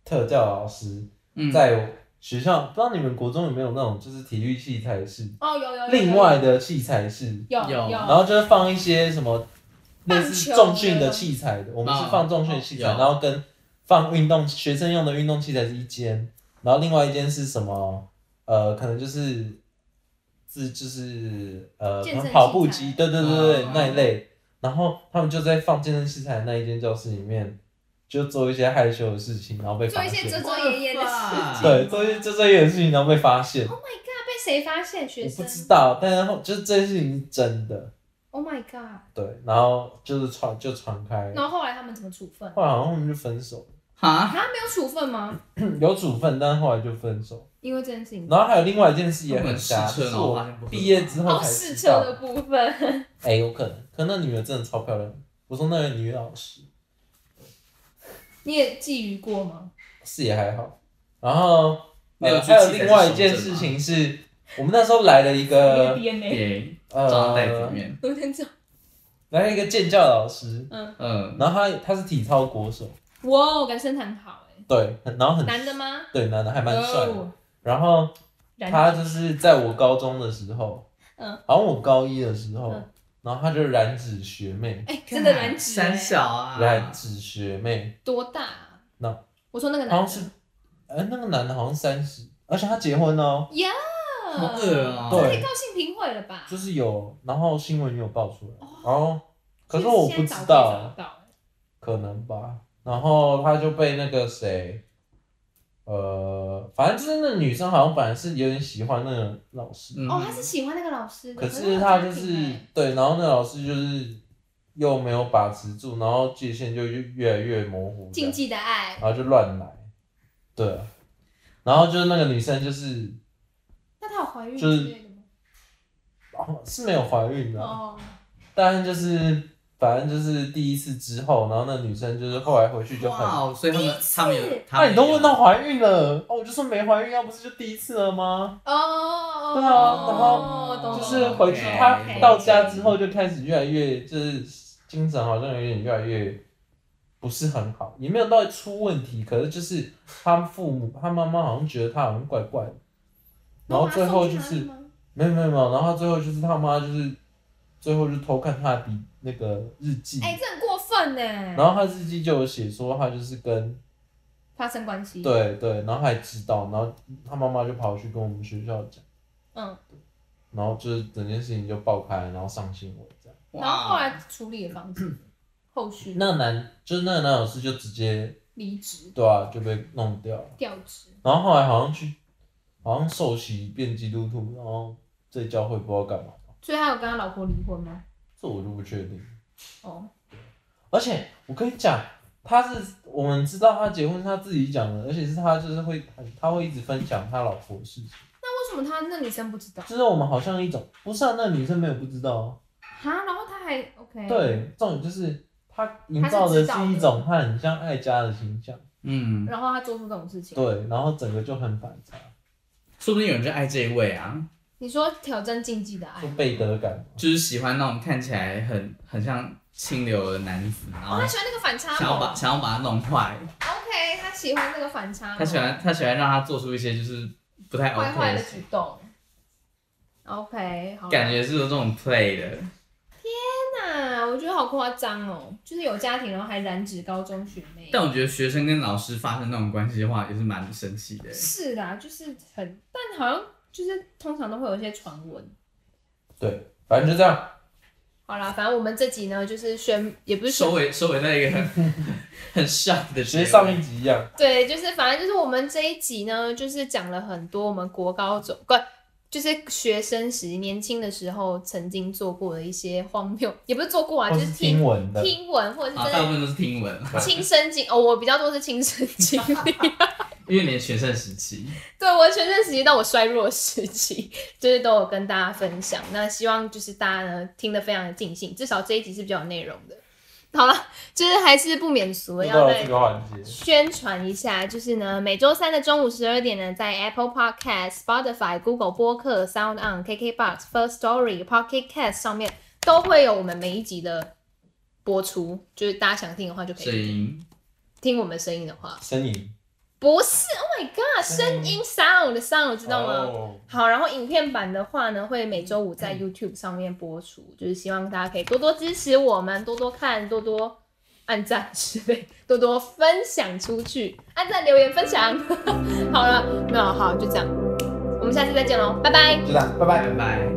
[SPEAKER 3] 特教老师
[SPEAKER 2] 嗯，
[SPEAKER 3] 在学校，不知道你们国中有没有那种就是体育器材室，
[SPEAKER 1] 哦，有有有，
[SPEAKER 3] 另外的器材室，
[SPEAKER 1] 有
[SPEAKER 2] 有
[SPEAKER 1] 有，
[SPEAKER 2] 然
[SPEAKER 3] 然后就是放一些什么类
[SPEAKER 1] 棒
[SPEAKER 3] 似
[SPEAKER 1] 球
[SPEAKER 3] 重训的
[SPEAKER 1] 那种
[SPEAKER 3] 器材的，我们
[SPEAKER 2] 啊
[SPEAKER 3] 是放重训的器材，
[SPEAKER 2] 有
[SPEAKER 3] 然后跟放运动学生用的运动器材是一间，然后另外一间是什么？呃，可能就是自就是呃，可
[SPEAKER 1] 健身
[SPEAKER 3] 能跑步
[SPEAKER 1] 器
[SPEAKER 3] 机，
[SPEAKER 1] 材
[SPEAKER 3] 对对对对、
[SPEAKER 2] 啊
[SPEAKER 3] 那一类，然后他们就在放健身器材的那一间教室里面，就做一些害羞的事情，然后被
[SPEAKER 1] 做
[SPEAKER 3] 发
[SPEAKER 1] 一些遮
[SPEAKER 3] 现。
[SPEAKER 1] 遮掩掩的事情，
[SPEAKER 3] 对，做一些遮遮掩掩的事情，然后被发现。
[SPEAKER 1] Oh my god，被谁发现？学
[SPEAKER 3] 我不
[SPEAKER 1] 生
[SPEAKER 3] 知道，但是后就是这件事情是真的。
[SPEAKER 1] ，Oh my god，
[SPEAKER 3] 对，然后就是传就传开，
[SPEAKER 1] 然后后来他们怎么处分？啊
[SPEAKER 3] 后来好像他们就分手，
[SPEAKER 2] 哈，
[SPEAKER 1] 他没有处分吗？
[SPEAKER 3] 有处分，但是后来就分手。
[SPEAKER 1] 因为这件事情。
[SPEAKER 3] 然后还有另外一件事也
[SPEAKER 2] 他们
[SPEAKER 3] 很瞎，
[SPEAKER 2] 试车
[SPEAKER 3] 就是
[SPEAKER 2] 然后
[SPEAKER 3] 我
[SPEAKER 2] 发现不合
[SPEAKER 3] 毕业之后
[SPEAKER 1] 哦，
[SPEAKER 3] 才
[SPEAKER 1] 试
[SPEAKER 3] 知
[SPEAKER 1] 车
[SPEAKER 3] 道
[SPEAKER 1] 的，部分，
[SPEAKER 3] 哎、有可能，可那女的真的超漂亮。我说那个女老师
[SPEAKER 1] 你也觊觎过吗？
[SPEAKER 3] 是也还好，然后
[SPEAKER 2] 没有
[SPEAKER 3] 呃
[SPEAKER 2] 去
[SPEAKER 3] 还有
[SPEAKER 2] 器材
[SPEAKER 3] 另外一
[SPEAKER 2] 是
[SPEAKER 3] 件
[SPEAKER 2] 什么
[SPEAKER 3] 事
[SPEAKER 2] 吗
[SPEAKER 3] 情是，我们那时候来了一个
[SPEAKER 1] DNA
[SPEAKER 2] 给装到袋子里
[SPEAKER 3] 呃
[SPEAKER 2] 面，
[SPEAKER 1] 有点重，
[SPEAKER 3] 来了一个健教老师，
[SPEAKER 1] 嗯，
[SPEAKER 2] 嗯，
[SPEAKER 3] 然后他他是体操国手，
[SPEAKER 1] 哇，我跟身材很好哎，
[SPEAKER 3] 对，很然后很
[SPEAKER 1] 男的吗？
[SPEAKER 3] 对男的还蛮帅的。
[SPEAKER 1] 哦
[SPEAKER 3] 然后
[SPEAKER 1] 然
[SPEAKER 3] 他就是在我高中的时候，
[SPEAKER 1] 嗯，
[SPEAKER 3] 好像我高一的时候，
[SPEAKER 1] 嗯
[SPEAKER 3] 然后他就染指学妹，
[SPEAKER 1] 哎、真的染指、
[SPEAKER 2] 三
[SPEAKER 1] 欸，
[SPEAKER 2] 小啊，
[SPEAKER 3] 染指学妹，
[SPEAKER 1] 多大、啊？
[SPEAKER 3] 那
[SPEAKER 1] 我说那个男的，
[SPEAKER 3] 好像是，哎、那个男的好像三十，而且他结婚哦，
[SPEAKER 1] 呀，
[SPEAKER 2] 好恶啊
[SPEAKER 1] 这可
[SPEAKER 3] 对
[SPEAKER 1] 以告性平会了吧？
[SPEAKER 3] 就是有，然后新闻有爆出来，然后可是我不
[SPEAKER 1] 哦现
[SPEAKER 3] 知
[SPEAKER 1] 在找可以找
[SPEAKER 3] 道啊
[SPEAKER 1] 得，到欸
[SPEAKER 3] 可能吧，然后他就被那个谁。呃，反正就是那女生好像本来是有点喜欢那个老师，
[SPEAKER 2] 嗯
[SPEAKER 1] 哦，他是喜欢那个老师的，
[SPEAKER 3] 可
[SPEAKER 1] 是
[SPEAKER 3] 是他
[SPEAKER 1] 有家
[SPEAKER 3] 就
[SPEAKER 1] 庭
[SPEAKER 3] 是
[SPEAKER 1] 欸
[SPEAKER 3] 对，然后那老师就是又没有把持住，然后界限就越越来越模糊，这
[SPEAKER 1] 禁
[SPEAKER 3] 样
[SPEAKER 1] 忌的爱
[SPEAKER 3] 然，后就乱来，对啊。然后就是那个女生就是
[SPEAKER 1] 那他有怀孕
[SPEAKER 3] 就是
[SPEAKER 1] 之类的吗？
[SPEAKER 3] 哦是没有怀孕的啊，
[SPEAKER 1] 哦，
[SPEAKER 3] 但就是反正就是第一次之后，然后那女生就是后来回去就很，
[SPEAKER 2] 哇哦，所以他们他们有，他
[SPEAKER 3] 那、
[SPEAKER 2] 们
[SPEAKER 3] 你都问到
[SPEAKER 2] 有
[SPEAKER 3] 怀孕了，哦，我就说没怀孕，要不是就第一次了吗？
[SPEAKER 1] 哦哦，
[SPEAKER 3] 对啊然后
[SPEAKER 1] 后
[SPEAKER 3] 就是回去
[SPEAKER 2] 哦
[SPEAKER 3] 她
[SPEAKER 2] OK
[SPEAKER 3] 到家之后就开始越来越就是精神好像有点越来越不是很好，也没有到出问题，可是就是她父母她妈妈好像觉得她好像怪怪的，然后最后就是。没有没有没有，然后他最后就是他妈就是，最后就偷看他的笔那个日记，
[SPEAKER 1] 哎、这很过分呢。然
[SPEAKER 3] 然后他日记就有写说他就是跟
[SPEAKER 1] 发生关系，，
[SPEAKER 3] 对对，然后他还知道，然后他妈妈就跑去跟我们学校讲，
[SPEAKER 1] 嗯，
[SPEAKER 3] 然后就是整件事情就爆开，然后上新闻这样。
[SPEAKER 1] 然后后
[SPEAKER 2] 哇哦
[SPEAKER 1] 来处理的方式，后续
[SPEAKER 3] 那个男就是那个男老师就直接
[SPEAKER 1] 离职、
[SPEAKER 3] 对啊就被弄掉了，
[SPEAKER 1] 调职，
[SPEAKER 3] 然后后来好像去好像受洗变基督徒，然后在教会不知道干嘛，
[SPEAKER 1] 所以他有跟他老婆离婚吗？
[SPEAKER 3] 这我就不确定。
[SPEAKER 1] 哦，
[SPEAKER 3] 而且我跟你讲，他是我们知道他结婚是他自己讲的，而且是他就是会他会一直分享他老婆的事情，
[SPEAKER 1] 那为什么他那女生不知道？
[SPEAKER 3] 就是我们好像一种不是啊，那女生没有不知道啊，
[SPEAKER 1] 哈，然后他还 OK，，
[SPEAKER 3] 对，重点就是他营造的是一种他很像爱家的形象，
[SPEAKER 2] 嗯，
[SPEAKER 1] 然后他做出这种事情，
[SPEAKER 3] 对，然后整个就很反差，
[SPEAKER 2] 说不定有人就爱这一位啊，
[SPEAKER 1] 你说挑战禁忌的爱
[SPEAKER 3] 就，背德感嘛，
[SPEAKER 2] 就是喜欢那种看起来很很像清流的男子，然
[SPEAKER 1] 哦，
[SPEAKER 2] 后
[SPEAKER 1] 他喜欢那个反差
[SPEAKER 2] 想要把
[SPEAKER 1] 萌
[SPEAKER 2] 想要把他弄坏，
[SPEAKER 1] ，OK，他喜欢那个反差萌，
[SPEAKER 2] 他喜欢他喜欢让他做出一些就是不太
[SPEAKER 1] 坏坏
[SPEAKER 2] OK
[SPEAKER 1] 的
[SPEAKER 2] 的
[SPEAKER 1] 举
[SPEAKER 2] 事，
[SPEAKER 1] 动，OK，好，
[SPEAKER 2] 感觉是有这种 play 的，
[SPEAKER 1] 那啊我觉得好夸张哦，就是有家庭然后还染指高中学妹，
[SPEAKER 2] 但我觉得学生跟老师发生那种关系的话，也是蛮生气的。
[SPEAKER 1] 是啦，就是很，但好像就是通常都会有一些传闻。
[SPEAKER 3] 对，反正就这样，
[SPEAKER 1] 好啦，反正我们这集呢，就是宣，也不是宣
[SPEAKER 2] 收，尾收尾在一个很 很 shock 的
[SPEAKER 3] 其
[SPEAKER 2] 结尾
[SPEAKER 3] 实上一集一样，
[SPEAKER 1] 对，就是反正就是我们这一集呢，就是讲了很多我们国高中不，就是学生时年轻的时候曾经做过的一些荒谬，也不是做过啊，
[SPEAKER 3] 或
[SPEAKER 1] 就是是
[SPEAKER 3] 听
[SPEAKER 1] 听
[SPEAKER 3] 闻的，
[SPEAKER 1] 听闻或者是
[SPEAKER 2] 啊，
[SPEAKER 1] 真
[SPEAKER 2] 大部
[SPEAKER 1] 的
[SPEAKER 2] 分都是听闻，
[SPEAKER 1] 亲身经哦，我比较多是亲身经历，
[SPEAKER 2] 因为你的学生时期，
[SPEAKER 1] 对我的全身时期到我衰弱的时期，就是都有跟大家分享。那希望就是大家呢听得非常的尽兴，至少这一集是比较有内容的。好了，就是还是不免俗
[SPEAKER 3] 就
[SPEAKER 1] 的，
[SPEAKER 3] 到
[SPEAKER 1] 要
[SPEAKER 3] 了
[SPEAKER 1] 再
[SPEAKER 3] 这个环节，
[SPEAKER 1] 宣传一下，就是呢，每周三的中午十二点呢，在 Apple Podcast、Spotify、Google 播客、Sound On、KKBox、First Story、Pocket Cast 上面都会有我们每一集的播出。就是大家想听的话就可
[SPEAKER 2] 声
[SPEAKER 1] 以
[SPEAKER 2] 音
[SPEAKER 1] 听我们声音的话，
[SPEAKER 3] 声音，
[SPEAKER 1] 不是，Oh my God，声音 sound sound 知道吗？
[SPEAKER 3] 哦
[SPEAKER 1] 好，然后影片版的话呢，会每周五在 YouTube 上面播出，就是希望大家可以多多支持我们，多多看，多多按赞之类， 多多分享出去，按赞、留言、分享。 好了，没有，好，就这样，我们下次再见喽，拜拜。
[SPEAKER 3] 就这样，拜拜。
[SPEAKER 2] 拜拜。